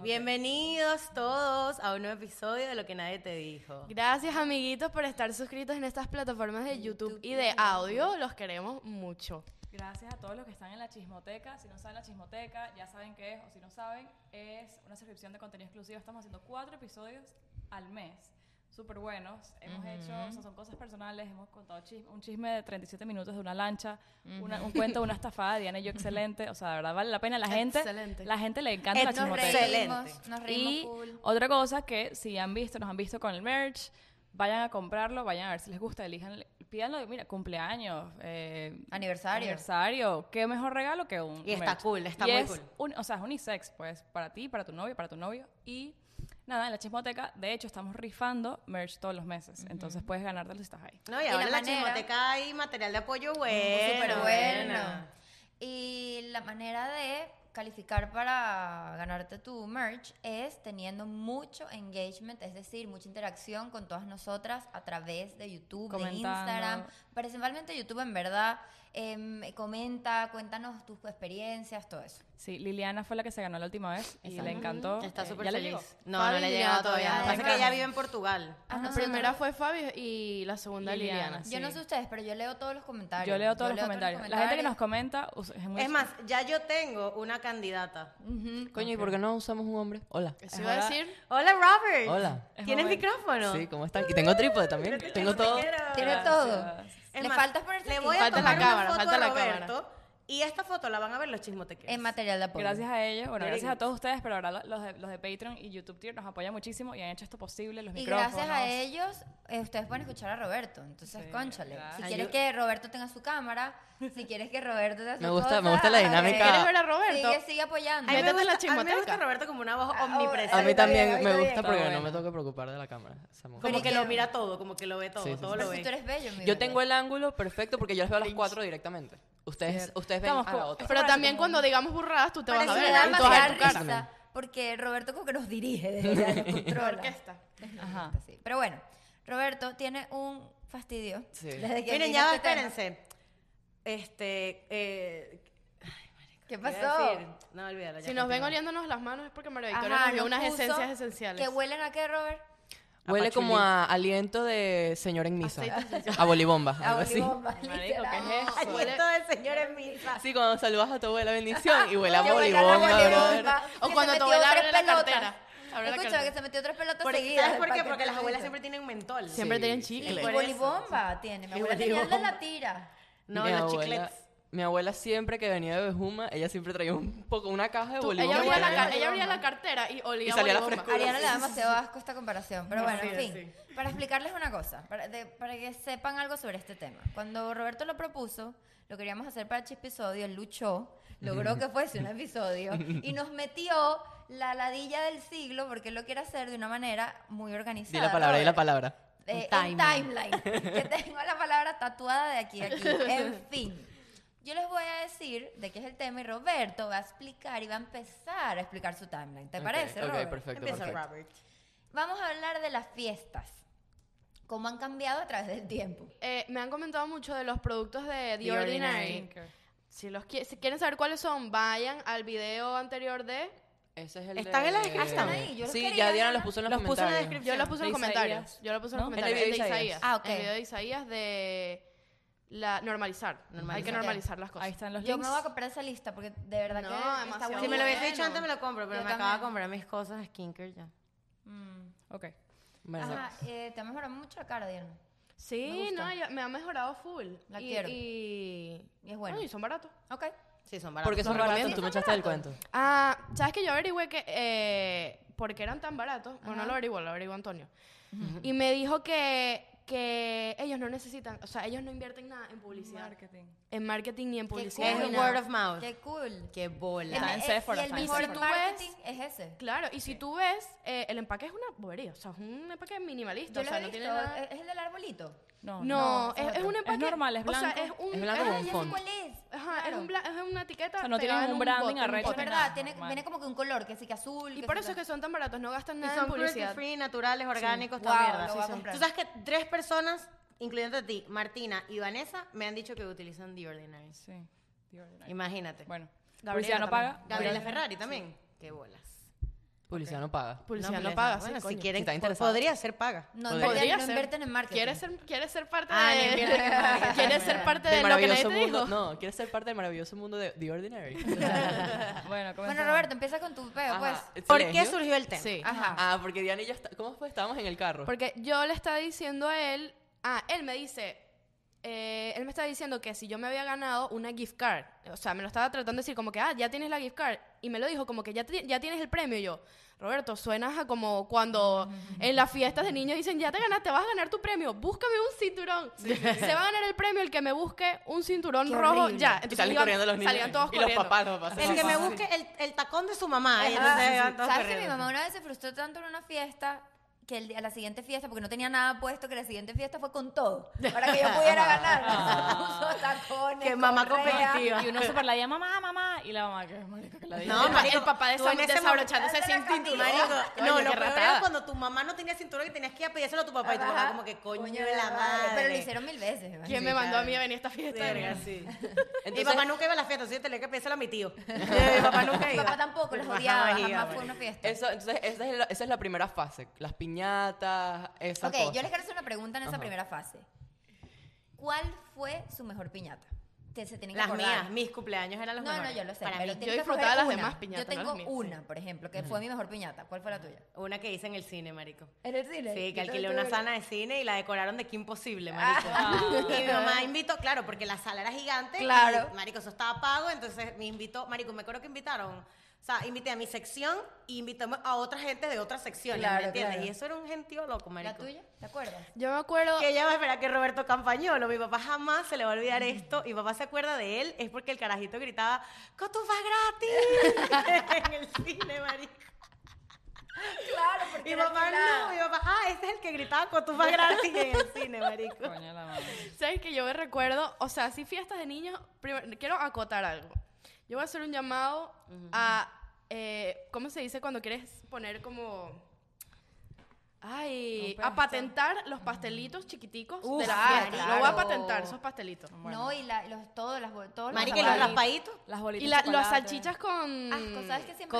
Bienvenidos todos a un nuevo episodio de Lo que nadie te dijo. Gracias amiguitos por estar suscritos en estas plataformas de YouTube, y de audio. Los queremos mucho. Gracias a todos los que están en la chismoteca. Si no saben la chismoteca, ya saben qué es, o si no saben, es una suscripción de contenido exclusivo. Estamos haciendo cuatro episodios al mes. Súper buenos. Hemos hecho, o sea, son cosas personales. Hemos contado chisme- un chisme de 37 minutos de una lancha, una- un cuento de una estafada de Diana y yo, excelente. O sea, de verdad vale la pena. La gente, Excelente. la gente le encanta la Nos Nos Como chismoteca. reímos, excelente. nos reímos Y full. otra cosa que si han visto, nos han visto con el merch, vayan a comprarlo, vayan a ver si les gusta, elijan, pídanlo, mira, cumpleaños, eh, Aniversario. aniversario, qué mejor regalo que un Y está merch. cool, está Y muy es cool. un- o sea, es unisex, pues, para ti, para tu novio, para tu novio y nada, en la chismoteca, de hecho, estamos rifando merch todos los meses, entonces puedes ganártelo si estás ahí. No, y, Y ahora la en la manera- chismoteca hay material de apoyo bueno. Súper bueno. buena. Y la manera de calificar para ganarte tu merch es teniendo mucho engagement, es decir, mucha interacción con todas nosotras a través de YouTube, Comentando. de Instagram, principalmente YouTube en verdad. Em, comenta, cuéntanos tus experiencias, todo eso. Sí, Liliana fue la que se ganó la última vez y le encantó. Mm, Está Eh, súper ¿ya le feliz. llegó? No, Fabi no le ha llega llegado todavía, todavía. no Lo que Pasa es que llega. ella vive en Portugal. Ah, la no, primera no. fue Fabio y la segunda Liliana. Liliana. Yo no Sí. sé ustedes, pero yo leo todos los comentarios. Yo leo todos los comentarios. La gente que nos comenta us- es muy Es más, ya yo tengo una candidata. Coño, ¿y por qué no usamos un hombre? Hola. Eso iba a Ahora- decir. Hola, Robert. Hola. ¿Tienes joven. micrófono? Sí, ¿cómo están? Y tengo trípode también. Tengo todo. Tiene Gracias. todo. Es le más, falta ponerte Le aquí. voy a Falta la tomar una cámara, foto falta a la Roberto. Y esta foto la van a ver los chismotequeros. en material de apoyo. Gracias a ellos, bueno, Very gracias a good. todos ustedes, pero ahora lo- los de, los de Patreon y YouTube Tier nos apoyan muchísimo y han hecho esto posible, los Y micrófonos. gracias a ellos, eh, ustedes pueden escuchar a Roberto. Entonces, Sí, cónchale. Si gracias. quieres Ay, yo- que Roberto tenga su cámara, si quieres que Roberto tenga su Me gusta- me gusta la dinámica. ¿Quieres ver a Roberto? Sigue, sigue apoyando. A mí, me Métete en gusta, la a mí me gusta chismoteca. Roberto como una voz Ah, omnipresente. A mí Está bien, también está me bien. gusta porque Está no bueno. me tengo que preocupar de la cámara. Esa Como mujer. Pero que es lo que- mira todo, como que lo ve todo, Sí, sí, todo sí. lo Pero si ve. tú eres bello, mi Yo bebé. tengo el ángulo perfecto porque yo las veo a las cuatro directamente. Ustedes, Cierto. ustedes ven Estamos a la como- otra. Pero también cuando digamos burradas, tú te Pero vas eso a me ver. da y tú vas a demasiada tu casa. risa. Porque Roberto como que nos dirige desde allá, nos controla. Orquesta. Ajá. Sí. Pero bueno, Roberto tiene un fastidio. Sí. Desde que Miren, vino ya va, este tema. espérense. Este, eh, ¿Qué ¿qué iba a pasó? decir? No, olvídalo. ya Si nos ven continúa. oliéndonos las manos es porque María Ajá, Victoria nos dio nos unas puso esencias esenciales. ¿Que huelen a qué, Robert? Huele A como a aliento de señor en misa. Aceite A bolibomba, A algo así. olivón, Marico, ¿qué es literal. eso? Ay, huele- esto del señor en misa. Sí, cuando saludas a tu abuela, bendición. Y huele a Que huela la bolibomba, brother. bolibomba, O que cuando se tu metió abuela tres abre la pelotas. cartera. Abre la Escucha, cartera. que se metió tres pelotas Porque- seguidas. ¿Sabes por para qué? que Porque no las abuelas se- siempre tienen mentol. Siempre Sí, tienen sí. Y chicle. bolibomba tiene. Mi abuela tenía el de la tira. No, Mi los abuela- chiclets. Mi abuela siempre que venía de Bejuma, ella siempre traía un poco, una caja de Tú- bolibomba. ella, y abría la, traía- ca- ella abría la cartera y olía Y salía la bolibomba. frescura. Ariana le da demasiado asco esta comparación. Pero bueno, en Sí, fin. sí. Para explicarles una cosa, para, de- para que sepan algo sobre este tema. Cuando Roberto lo propuso, lo queríamos hacer para Chispisodio, él luchó, logró que fuese un episodio y nos metió la ladilla del siglo porque él lo quiere hacer de una manera muy organizada. Di la palabra, di la Robert. palabra. Eh, Un en timeline. timeline. que tengo la palabra tatuada de aquí a aquí. En fin. Yo les voy a decir de qué es el tema y Roberto va a explicar y va a empezar a explicar su timeline. ¿Te Ok, parece, ok, Robert? perfecto, Empieza perfecto. Robert. Vamos a hablar de las fiestas. Cómo han cambiado a través del tiempo. Eh, me han comentado mucho de los productos de The, Ordinary. Ordinary. Si, los qui- si quieren saber cuáles son, vayan al video anterior de... Ese es el Están de- en la descripción. Están ahí, yo los Sí, quería, ya Diana Diana. los puso en los, Los puso en la comentarios. descripción. Yo lo puse en De los comentarios. Isaías. Yo lo puse en los ¿No? comentarios. En el el video de de Isaías. Isaías. Ah, ok. El video de Isaías de la, normalizar. Hay que Normalizar. normalizar las cosas. Ahí están los Yo links. me voy a comprar esa lista porque de verdad No, que está demasiado. buena. Si me lo hubiese bueno. dicho antes me lo compro, pero Yo me acabo de también. comprar mis cosas skincare ya. Mm. Ok. Bueno, Ajá, eh, te ha mejorado mucho la cara, Diana. Sí, Me gusta. no, ya- me ha mejorado full. La y, quiero. Y, Y es bueno. No, y son baratos. Ok. Sí, son baratos. porque son Son baratos. baratos, tú me echaste el cuento. Ah, ¿sabes que Yo averigüé que... Eh, ¿Por qué eran tan baratos? Bueno, no lo averiguó, lo averiguó Antonio. Y me dijo que, que ellos no necesitan... O sea, ellos no invierten nada en publicidad. Marketing. En marketing ni en publicidad. Es ni el nada. word of mouth. Qué cool. Qué bola. Está Me- en eh, Sephora, y el está en mejor Sephora. marketing es ese. Claro, y si tú ves, eh, el empaque es una bobería. O sea, es un empaque minimalista. Yo o lo sea, he no visto. eh, tiene nada- ¿Es es el del arbolito? No, No, no, ese es es, es otro. un Es empaque. normal, es O sea, es blanco. un. Es blanco es- con Ah, ya sé fondo. cuál es. Ajá, es, Claro. un bla- es una etiqueta. O sea, no tienen pegada en un branding bote, arrecho bote. Es ni Es verdad, nada, tiene, normal. viene como que un color, que sí que azul. Y que por sí eso es que son tan baratos, no gastan Y nada en son cruelty publicidad. free, naturales, orgánicos, Wow, toda mierda. lo voy a comprar. Tú sabes que tres personas, incluyendo a ti, Martina y Vanessa, me han dicho que utilizan The Ordinary. Sí. The Ordinary. Imagínate. Bueno. Gabriela Publicidad no también. paga. Gabriela Bueno. Ferrari también. Qué bolas. Publicidad no paga. Publicidad no, pues, paga. Bueno, sí, si coño. quieren, Si están po- interesados. podría ser paga. No, Podría invierten- no ser- invierten en marketing. ¿Quieres ser, quieres ser parte Ah, no de... invierten en marketing. ¿Quieres ser parte de Del lo que nadie maravilloso te mundo. dijo? No, quieres ser parte del maravilloso mundo de The Ordinary. Pues, Bueno, Bueno, comencemos. Roberto, empieza con tu peo, Ajá, pues. ¿en ¿Por qué serio? surgió el tema? Sí. Ajá. Ah, porque Diana y yo está- ¿Cómo fue? Estábamos en el carro. Porque yo le estaba diciendo a él... Ah, él me dice... eh, él me estaba diciendo que si yo me había ganado una gift card, o sea, me lo estaba tratando de decir como que, ah, ya tienes la gift card, y me lo dijo como que ya, ti- ya tienes el premio, y yo, Roberto, suenas a como cuando en las fiestas de niños dicen, ya te ganaste, vas a ganar tu premio, búscame un cinturón, se va a ganar el premio el que me busque un cinturón Qué rojo, horrible. ya, y entonces salen iban- corriendo los niños. salían todos y corriendo. los papás, los El papás. los que me papás. busque el, el tacón de su mamá. eh, y Ajá. entonces van todos ¿Sabes que mi corriendo. mamá una vez se frustró tanto en una fiesta que el, día- a la siguiente fiesta, porque no tenía nada puesto, que la siguiente fiesta fue con todo, para que yo pudiera ganar. Puso tacones, Qué mamá correa. competitiva. Y uno se por la llama, mamá, mamá, y la mamá, que marica que la diga. No, el, marico, papá tú en ese desabrochándose momento- sin cinturón. Marico, Coño, no, qué lo peor era ratada. cuando tu mamá no tenía cinturón y tenías que ir a pedírselo a tu papá y tu papá Ajá. como que coño de la madre. Pero lo hicieron mil veces. me ¿Quién imagino. me mandó a mí a venir a esta fiesta? Verga, sí. Mi Entonces- papá nunca iba a las fiestas, así que tenía que pedírselo a mi tío. Mi papá nunca Mi iba. papá tampoco, los Mi papá odiaba, no iba, pues. jamás marico. fue una fiesta. Eso, entonces, esa es, la, esa es la primera fase. Las piñatas, esa ok, cosa. yo les quiero hacer una pregunta en esa Ajá. primera fase. ¿Cuál fue su mejor piñata? Te, se tienen que Las acordar. mías, mis cumpleaños eran los No, no, mejores, yo lo sé. Para pero mí. tienes Yo que disfrutaba escoger las una. demás piñatas, Yo no tengo las mías, una, por ejemplo, que fue mi mejor piñata. ¿Cuál fue la tuya? Una que hice en el cine, marico. ¿En el cine? Sí, que Yo alquilé también una tuve sala de cine y la decoraron de que imposible, Ah. marico. Y mi mamá invitó, claro, porque la sala era gigante. Claro. y, marico, eso estaba pago, entonces me invitó, marico, me acuerdo que invitaron. O sea, invité a mi sección y invitamos a otra gente de otras secciones, Claro, ¿me entiendes? claro. Y eso era un gentío loco, marico. ¿La tuya? ¿Te acuerdas? Yo me acuerdo... Que ella va a esperar que Roberto Campañolo, mi papá jamás se le va a olvidar esto, y papá se acuerda de él, es porque el carajito gritaba, ¡Cotufas gratis! en el cine, marico. Claro, porque Mi papá no, mi papá, ah, este es el que gritaba cotufas gratis en el cine, marico. Coño de la madre. ¿Sabes que yo me recuerdo? O sea, sí, fiestas de niños. primero- quiero acotar algo. Yo voy a hacer un llamado a. eh, ¿Cómo se dice cuando quieres poner como. Ay, Un a pastel. patentar los pastelitos chiquiticos Uf, de la ah, fiesta. Lo voy a claro. patentar, esos pastelitos. No, y la, los, todos, las, bol- todos Marico, los y los zapatos. raspaditos. Las bolitas. Y la- de las chocolate, salchitas con. Asco, ¿sabes qué siempre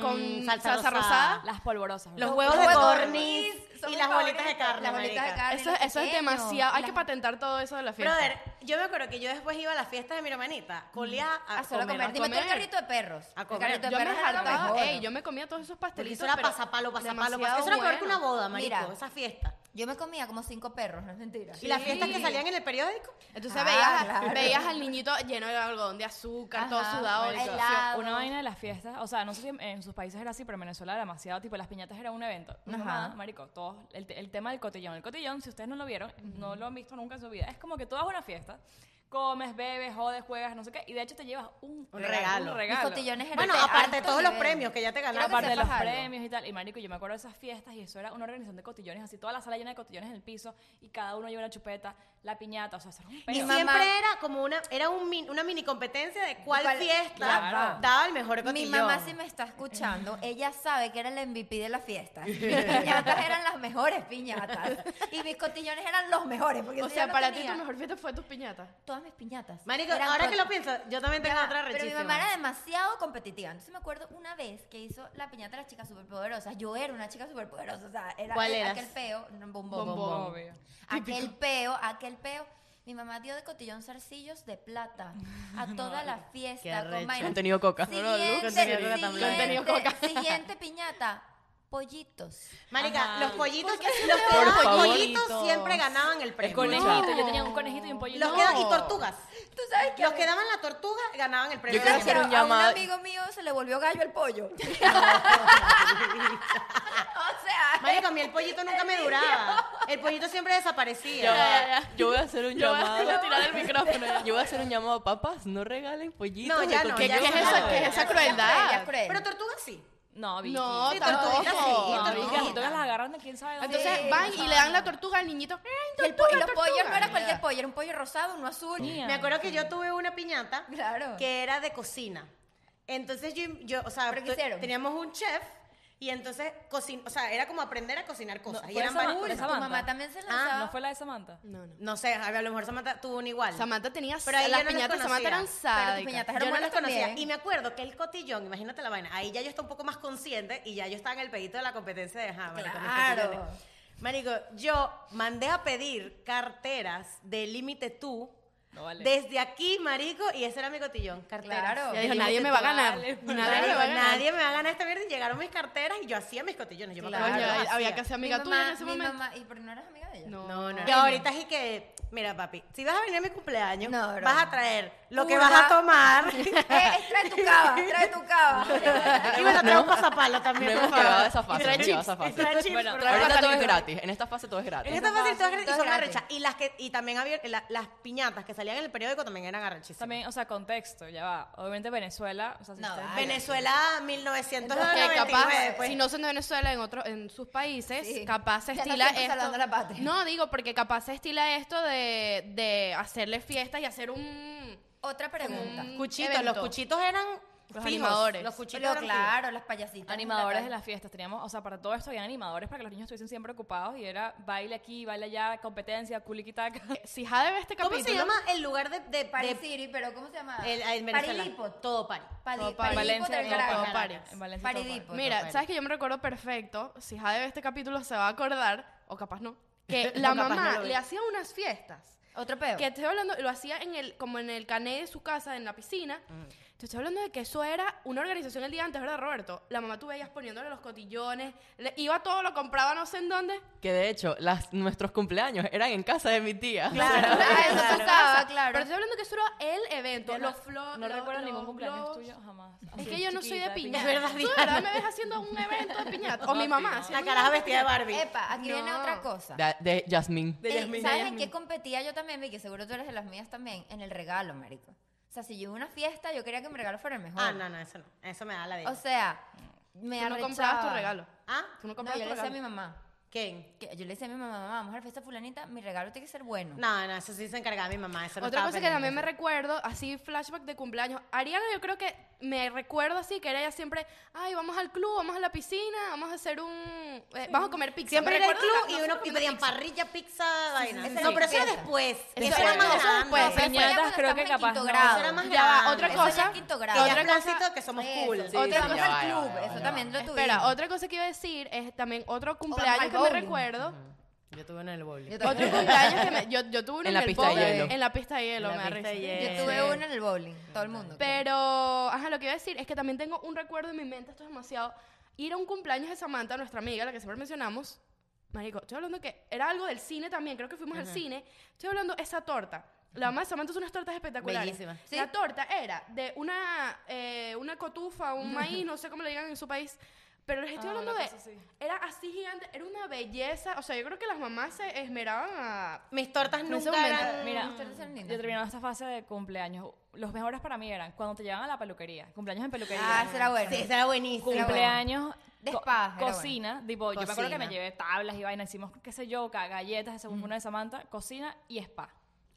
con, con salsa, rosada. Las polvorosas. Los ¿no? huevos de huevos de corniz corniz son y mis las bolitas de favoritos, carne, las bolitas de marica. carne. Eso, los eso es pequeños, demasiado. Hay las- que patentar todo eso de la fiesta. Brother, yo me acuerdo que yo después iba a las fiestas de mi hermanita, colía a, Ah, solo a comer. comer. Dime tú el comer. carrito de perros. A El comer. carrito de yo me perros era lo hartaba, mejor. ey, yo me comía todos esos Porque pastelitos. eso era pero pasapalo, pasapalo, demasiado pasapalo. Eso era peor que bueno. una boda, marico, Mira. esa fiesta. Yo me comía como cinco perros, no es mentira. Y las fiestas que Sí. salían en el periódico. Entonces Ah, veías, claro. veías al niñito lleno de algodón de azúcar, Ajá, todo sudado. marica. delicioso. helado. Una vaina de las fiestas, o sea, no sé si en- en sus países era así, pero en Venezuela era demasiado, tipo, las piñatas era un evento. Mi mamá, Ajá. marico, todos, el, te- el tema del cotillón. El cotillón, si ustedes no lo vieron, no lo han visto nunca en su vida, es como que tú vas a una fiesta, comes, bebes, jodes, juegas, no sé qué, y de hecho te llevas un, Un regalo. Un Mis regalo. cotillones eran Bueno, de aparte de alto todos los nivel. premios que ya te ganaron. Aparte de los sepas algo. premios y tal. Y marico, yo me acuerdo de esas fiestas y eso era una organización de cotillones, así toda la sala llena de cotillones en el piso y cada uno lleva una chupeta, la piñata, o sea, eso era un Y peo. mamá- siempre era como una, era un min- una mini competencia de cuál, ¿Cuál? fiesta Claro. daba el mejor cotillón. Mi mamá, si me está escuchando, ella sabe que era el MVP de la fiesta. Mis piñatas eran las mejores piñatas. Y mis cotillones eran los mejores. Porque O eso sea, yo no para ti tenía. tu mejor fiesta fue tus piñatas. Todas mis piñatas. Marico, eran ahora cot- que lo pienso, yo también tengo Ya, otra Pero mi rechísima. mamá era demasiado competitiva. Entonces me acuerdo una vez que hizo la piñata de las chicas superpoderosas. Yo era una chica superpoderosa. O sea, era ¿Cuál el- eras? aquel peo. no, Bombón. Bombón. Obvio. Aquel peo, aquel peo. Mi mamá dio de cotillón zarcillos de plata a toda la Qué fiesta. arrecho. Con vainas. Han tenido coca. Siguiente, contenido coca también. Contenido siguiente, coca. siguiente piñata. Pollitos. Marica, Ajá. los pollitos, ¿Por qué los que siempre daban Por favor. pollitos siempre ganaban el Es premio. con No. esa- Conejito, yo tenía un conejito y un pollito. Los que daban- y tortugas. Tú sabes Los que daban la tortuga ganaban el premio. Yo quiero de hacer la un llamado. A un amigo mío se le volvió gallo el pollo. o sea, Marica, a mí el pollito nunca me duraba. El pollito siempre Ya desaparecía. va. Yo voy a hacer un Yo voy a llamado. tirar el micrófono. Yo voy a hacer un llamado. Papás, no regalen pollitos. No, de ya no, coquillo. ya ¿Qué es no. esa, qué es esa crueldad? Ya es cruel. Pero tortuga sí. No, Vicky. No, Sí, tampoco. tortuguitas sí, No, Las tortuguitas. no. tortugas las agarran de quién sabe dónde. Entonces Sí, van no y le saben. dan la tortuga al niñito. ¡Ay, Y, el po- tortuga, y los tortuga! pollos no era Ya. cualquier pollo, era un pollo rosado, uno azul. Me acuerdo que yo tuve una piñata Claro. que era de cocina. Entonces yo, yo o sea, ¿Pero qué tu- hicieron? teníamos un chef Y entonces, cocin o sea, era como aprender a cocinar cosas. y fue eran esa varias ma- Uy, cosas. tu Samantha. mamá también se Ah, lanzaba. ¿No fue la de Samantha? No, no. No sé, a lo mejor Samantha tuvo un igual. Samantha tenía Pero ahí las yo no las piñatas de Samantha conocía. eran Pero tus sádicas. piñatas Yo no Hermanas las conocía. también. Y me acuerdo que el cotillón, imagínate la vaina, ahí ya yo estaba un poco más consciente y ya yo estaba en el pedito de la competencia de Hammer. Claro. Marico, yo mandé a pedir carteras de límite tú No vale. desde aquí, marico, y ese era mi cotillón, carteras. Claro. Ella dijo, Y nadie me va a ganar. vale, Nadie me va a Marico, ganar. nadie me va a ganar esta mierda y llegaron mis carteras y yo hacía mis cotillones. Yo me Coño, acuerdo que ahí lo había hacía. que ser Mi amiga tuya mamá- en ese mi momento. mamá- ¿Y por qué no eras amiga de ella? No, no. Ay, Que ahorita es y que, mira papi, si vas a venir a mi cumpleaños, No, bro. vas a traer lo que Una- vas a tomar. Eh, trae tu cava, trae tu cava. y me la traigo un pasapalo también, No por hemos llegado favor. a esa fase, Y trae no hemos llegado chips, a esa y fase. trae chips, Bueno, por trae favor. Ahorita todo es Pajarito. gratis. En esta fase todo es En gratis. esta fase Todo todas es y son gratis. arrechas. Y, las que, y también había, eh, la- las piñatas que salían en el periódico también eran arrechísimas. También, o sea, contexto, ya va. Obviamente Venezuela, o sea, si No, ustedes- vale. Venezuela que 1999, capaz, pues. si no son de Venezuela, en otro, en sus países, Sí. capaz se Ya no estila estamos esto. hablando de la patria. No, digo, porque capaz se estila esto de, de hacerle fiestas y hacer un... Otra pregunta. un Cuchitos, evento. los cuchitos eran Los fijos, animadores. Los cuchitos Pero eran fijos. claro, las payasitas. Animadores de las fiestas, teníamos, o sea, para todo esto había animadores para que los niños estuviesen siempre ocupados y era baile aquí, baile allá, competencia, culiquitaca. Si Jade ve este ¿Cómo capítulo... se llama el lugar de, de, Party de- City, pero ¿cómo se llama? el, en Venezuela? Paridipo. Todo pari. Pali- Todo Party. Paridipo Valencia, del todo Caracas. Party. En Valencia todo Paridipo. Mira, todo ¿sabes que yo me recuerdo perfecto? Si Jade ve este capítulo se va a acordar, o capaz no, que la O capaz mamá no lo le ve. hacía unas fiestas. Party. Otro peo. Que estoy hablando, lo hacía en el, como en el cané de su casa, en la piscina. Te estoy hablando de que eso era una organización el día antes, ¿verdad, Roberto? La mamá tú veías poniéndole los cotillones, le- iba todo, lo compraba no sé en dónde. Que de hecho, las, nuestros cumpleaños eran en casa de mi tía. Claro, Ah, eso claro. pasaba, Pasa, claro. Pero te estoy hablando que eso era el evento, Yo los flores. No recuerdo ningún cumpleaños tuyo, jamás. Es que yo no soy de piñata. Es verdad, ¿Tú de verdad me ves haciendo un evento de piñata? O mi mamá. La haciendo un caraja evento de vestida de Barbie. Epa, aquí viene No. otra cosa. De, de Jasmine. de Eh, Yasmín. ¿Sabes De en qué competía yo también, Vicky? Seguro tú eres de las mías también. En el regalo, marico. O sea, si yo iba a una fiesta, yo quería que mi regalo fuera el mejor. Ah, no, no, eso no. Eso me da la vida. O sea, me Tú no comprabas tu arrechaba. regalo. ¿Ah? Tú no No, comprabas yo tu le decía regalo. a mi mamá. ¿Quién? que yo le decía a mi mamá, mamá, vamos a la fiesta fulanita, mi regalo tiene que ser bueno. No, no, eso sí se encargaba mi mamá. Eso no Otra estaba cosa que también pendiente. me recuerdo, así flashback de cumpleaños. Ariana, yo creo que me recuerdo así, que era ella siempre, ay, vamos al club, vamos a la piscina, vamos a hacer un. eh, Vamos a comer pizza. Siempre Me era el recuerdo club la- y uno nosotros y comiendo pedían pizza. parrilla, pizza, vaina. sí, No, sí. pero eso era Fiesta. después. Eso Eso era- era más eso es grande. después, Eso piñatas Piñatas creo que capaz no. era más Ya va, grande. otra Eso ya es cosa. quinto grado. Otra Otra cosa. cosa que somos cool. Eso, Sí, otra ya cosa va, el ya va, club, ya va, eso ya también lo tuvimos. Espera, otra cosa que iba a decir es también otro cumpleaños al que me bowling. recuerdo. Yo tuve uno en el bowling. Yo Otro también. cumpleaños que me, yo, yo tuve uno En en, la el pista de bowling, hielo. En la pista de hielo, En la me da pista de risa. hielo. Yo tuve uno en el bowling, todo el mundo. creo. Pero, ajá, lo que iba a decir es que también tengo un recuerdo en mi mente, esto es demasiado. Ir a un cumpleaños de Samantha, nuestra amiga, la que siempre mencionamos. Marico, estoy hablando que era algo del cine también, creo que fuimos al cine. Estoy hablando esa torta. La mamá de Samantha hace unas tortas espectaculares. Bellísimas. La torta era de una, eh, una cotufa, un maíz, no sé cómo le digan en su país. Pero les estoy Ah, hablando una de. cosa así. Era así gigante, era una belleza. O sea, yo creo que las mamás se esmeraban a. Mis tortas En ese nunca momento- eran... Mira, Ustedes son lindas. yo terminaba esta fase de cumpleaños. Los mejores para mí eran cuando te llevaban a la peluquería. Cumpleaños en peluquería. Ah, será bueno. Sí, eso era buenísimo. Era bueno. cumpleaños De co- spa, era cocina tipo yo me acuerdo que me Cocina. llevé tablas y vaina hicimos qué sé yo ca- galletas según uno de Samantha cocina y spa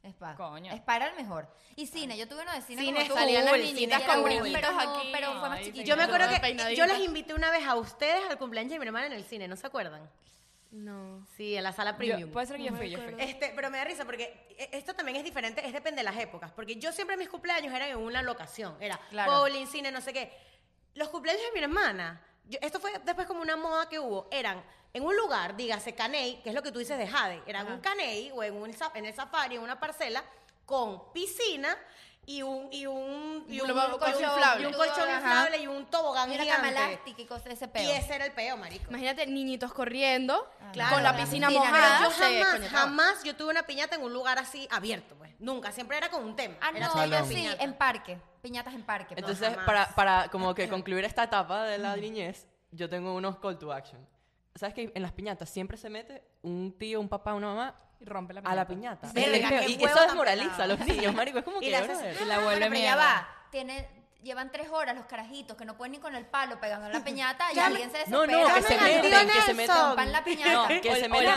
Spa. Coño. Spa era el mejor. Y cine, yo tuve uno de cine, Cine, como tú. salían las niñitas y era con bueno, brillitos pero no- aquí. Pero fue más Ay, chiquito. Yo me acuerdo Todas que yo peinaditas. les invité una vez a ustedes al cumpleaños de mi hermana en el cine, ¿no se acuerdan? No. Sí, en la sala Yo- pues, premium. puede ser que yo No me fui yo fui acuerdo. Este, pero me da risa porque e- esto también es diferente, es depende de las épocas. Porque yo siempre mis cumpleaños eran en una locación. Era Claro. bowling, cine, no sé qué. Los cumpleaños de mi hermana, yo- esto fue después como una moda que hubo, eran en un lugar, dígase caney, que es lo que tú dices de Jade, era en un caney o en, un, sa- en el safari, en una parcela, con piscina y un, y un, y Un colchón inflable. y un colchón Ajá. inflable y un tobogán Y era gigante. cama elástica y cosas de ese peo. Y ese era el peo, marico. Imagínate, niñitos corriendo, Claro, con la Ah, la piscina piscina, mojada. Pero yo se jamás, desconectaban. jamás yo tuve una piñata en un lugar así abierto, pues. Nunca, siempre era con un tema. Ah, Era no, siempre yo salón. sí, piñata. en parque. Piñatas en parque. pues. Entonces, jamás. para, para como que concluir esta etapa de la niñez, yo tengo unos call to action. ¿Sabes que en las piñatas siempre se mete un tío, un papá, una mamá y rompe la a la piñata. piñata? Verga, Y- qué y huevo eso tan desmoraliza a los niños, marico. Es como Y que, le haces- brother. y la vuelve Ah, Pero ya mierda va. Tiene, llevan tres horas los carajitos que no pueden ni con el palo pegando la piñata y Llame- alguien se desespera. No, no, que se Llamen al meten, tío que se Nelson. metan. Rompan la No, piñata. que se el meta el primo, primo, el el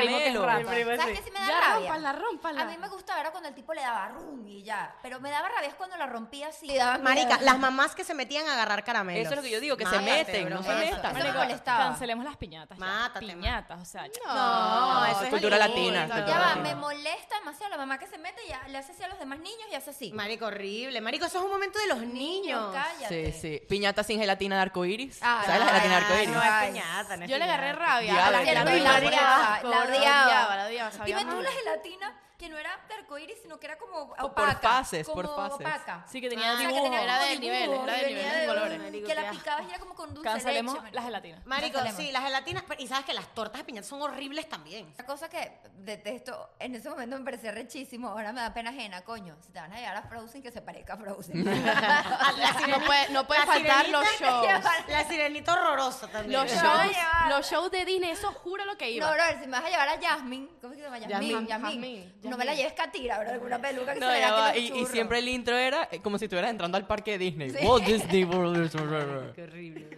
primo que es primo, rata. el primo. ¿Sabes qué sí me da Ya, rabia? rómpala, rómpala. A mí me gustaba, era cuando el tipo le daba rum y ya. Pero me daba rabia es cuando la rompía así. Le daba Marica, las mamás que se metían a agarrar caramelos. Eso es lo que yo digo, que se Mátate, meten, bro. no se Eso, metan. eso me Marico, molestaba. Cancelemos las piñatas. ya. Mátate, man. Piñatas, o sea, ya. No, eso es cultura lindo. latina, es Ya cultura va, latina. me molesta demasiado la mamá que se mete y ya le hace así a los demás niños y hace así. Marico, horrible. Marico, eso es un momento de los niños. cállate. Sí, sí. Piñata sin gelatina de arcoiris. Ah, ¿Sabes la gelatina de ay, arcoiris? No es piñata, no es Yo le agarré piñata. rabia Diabla, a la Cierto, Cierto, y la la gelatina. odiaba, la odiaba. la odiaba, sabía Dime tú mal. la gelatina que no era de arcoíris, sino que era como opaca. fases, por como fases. Opaca. Sí, que tenía O sea, dibujo. tenía Era como de niveles, dibujos, era de y venía niveles de colores. Marico, Que qué la asco. picabas y era como con dulce Cancelemos leche. marico. la gelatina. Marico, Cancelemos. sí, las gelatinas. pero- Y sabes que las tortas de piñata son horribles también. Una cosa que detesto, en ese momento me parecía rechísimo, ahora me da pena ajena, coño. Si te van a llevar a Frozen, que se parezca a Frozen. No puede, no puede La faltar los shows. sirenita- La sirenita horrorosa también. Los No, shows, ya. los shows de Disney, eso juro lo que no, iba. brother, si me vas a llevar a Jasmine, ¿cómo es que se llama? Jasmine, Jasmine, Jasmine. Jasmine, No me la lleves catira, bro, alguna peluca que No, se le ya da va, aquí y, los y churros. siempre el intro era eh, como si estuvieras entrando al parque de Disney. Walt Disney World. Qué horrible.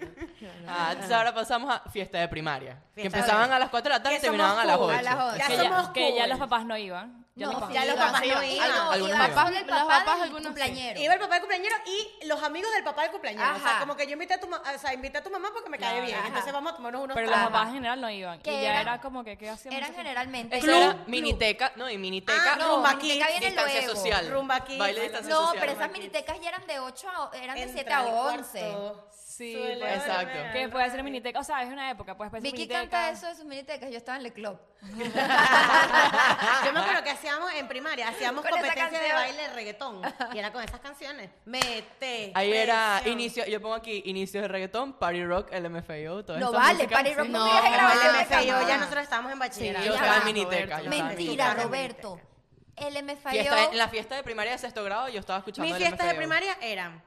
Ah, entonces ahora pasamos a fiesta de primaria. que Fiesta de empezaban primaria. a las 4 de la tarde y Que somos terminaban a las cool, 8. a las ocho. Ya que, somos ya, que ya cool. los papás no iban. Ya los No, papás. ya los iban, papás sí, no iban. iban. Algunos Iba iban. con el Los papá papás del algunos sí. cumpleañero. Iba el papá del cumpleañero y los amigos del papá del cumpleañero. O sea, Ajá. como que yo invité a tu mamá, o sea, invité a tu mamá porque me cae Claro, bien. ajá. Entonces vamos a tomarnos unos Pero los tragos. papás en general no iban. Que y ya eran- era como que, ¿qué hacían? Eran mucho tiempo? generalmente... Eso era miniteca, no, y miniteca, Ah, no, rumba miniteca kids, viene distancia luego. social. Rumba kids. Baile de distancia No, social. pero esas minitecas ya eran de 8 a, eran de 7 Entra a al 11. cuarto. Sí, Suele pues, exacto. volver. Que puede ser miniteca. O sea, es una época. Pues puede ser Vicky miniteca. canta eso de sus minitecas, yo estaba en el club. Yo me acuerdo que hacíamos en primaria, hacíamos Con esa competencias de canción. baile de reggaetón. Y era con esas canciones. Mete. Ahí era presión. inicio, yo pongo aquí inicios de reggaetón, party rock, el MFAO, todo No vale, Party Rock No, no me No, grabar el MFAO, yo ya nosotros estábamos en bachillerato. yo ya estaba en va, miniteca. yo estaba en Mentira, miniteca. Roberto. El Fiesta- en MFAO. la fiesta de primaria de sexto grado yo estaba escuchando Mis el fiestas de MFAO. primaria eran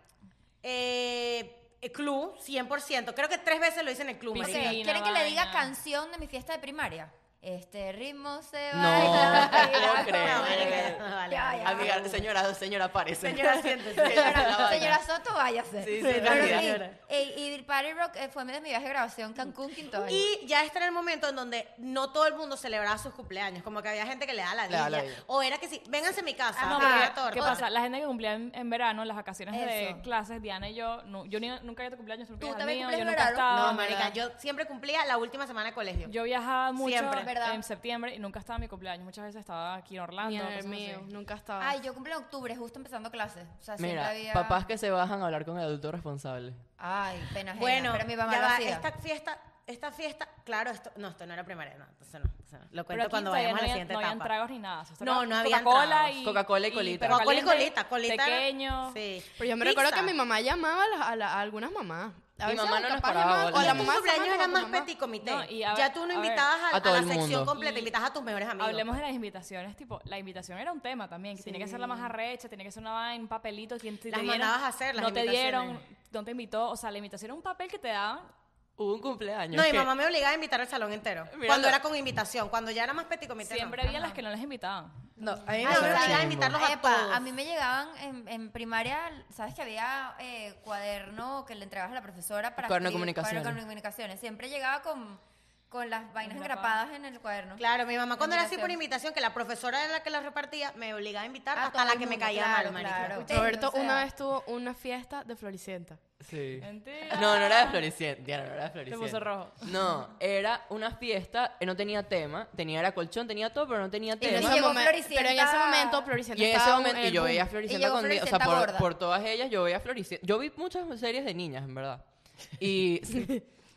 eh, eh, club, 100%. Creo que tres veces lo hice en el club, Piscina. marica. Sí, ¿Quieren que le diga vaina. canción de mi fiesta de primaria? Este ritmo se No, baila. no puedo baila. creer. No, marica, no, vale, Ya, vale. ya. Amiga, señora, señora, parece. Señora, siéntese. Señora, señora Soto, váyase. Sí, sí, Pero gracias. sí, eh, y Party Rock eh, fue de mi viaje de grabación Cancún, Quinto año. Y ya está en el momento en donde no todo el mundo celebraba sus cumpleaños. Como que había gente que le da la Le da vida. ladilla. O era que sí, vénganse a mi casa. No, porque pero había torta. ¿qué pasa? La gente que cumplía en, en verano, en las vacaciones Eso. de clases, Diana y yo, no, yo ni- nunca iba a tu cumpleaños, tú ¿Tú nunca también mío, cumples yo en nunca verano? estaba. No, marica, yo siempre cumplía la última semana de colegio. Yo viajaba mucho Siempre. ¿Verdad? en septiembre y nunca estaba en mi cumpleaños. Muchas veces estaba aquí en Ni Orlando. en el cosas así. mío, nunca estaba. Ay, yo cumplí en octubre, justo empezando clases. O sea, siempre Mira, había... papás que se bajan a hablar con el adulto responsable. Ay, pena ajena, Bueno, pero mi mamá ya lo va, hacía. esta fiesta, esta fiesta, claro, esto, no, esto no era primaria, no, entonces no, entonces no. Lo Pero cuento aquí cuando todavía vayamos a no la habían- siguiente no habían etapa. tragos ni nada. o sea, No, estaba no habían Coca-Cola tragos. y Coca-Cola y colita. Perro Coca-Cola y Caliente, colita, colita. era- Pequeño. Sí. Pero yo me recuerdo que mi mamá llamaba a, las- a la- a algunas mamás. A Mi veces mamá no nos capaz paraba llamaba- bola. O la Y Tus mamá de cumpleaños Samantha, eran o tu más mamá. petit comité. No, y a ya ver- tú no a ver. invitabas a, A todo a el la sección mundo. completa, Y invitabas a tus mejores amigos. Hablemos de las invitaciones, tipo, la invitación era un tema también, que tenía que ser la más arrecha, tenía que ser una vaina, un papelito, quien te Las te dieron, mandabas a hacer, las no te dieron, invitaciones. no te invitó, o sea, la invitación era un papel que te daban, Hubo un cumpleaños. No, mi que- mamá me obligaba a invitar al salón entero. Mira, cuando lo- era con invitación, cuando ya era más petit comité. siempre no. había las que no les invitaban. No, a mí Ah, me obligaba ¿sabes? a invitarlos a Epa, todos. a mí me llegaban en, en primaria, sabes que había eh, cuaderno que le entregabas a la profesora para Cuaderno de escribir- comunicaciones. cuaderno de comunicaciones. Siempre llegaba con, con las vainas Engrapadas. engrapadas en el cuaderno. Claro, mi mamá cuando era así por Invitación. invitación, que la profesora era la que la repartía, me obligaba a invitar A hasta todo la el que me mundo, caía claro, mal, marica. claro. Roberto O sea, una vez tuvo una fiesta de Floricienta. Sí. Mentira. No, no era de Floricienta. Diana, no era de Floricienta. puso rojo. No, era una fiesta, eh, no tenía tema, tenía era colchón, tenía todo, pero no tenía Y tema. no- llegó momen- Floricienta- pero en ese momento Floricienta Y en ese estaba momento en el y yo boom. veía a Floricienta llegó con niños, o sea, Floricienta por, gorda. por todas ellas yo veía a Floricienta. Yo vi muchas series de niñas, en verdad. Y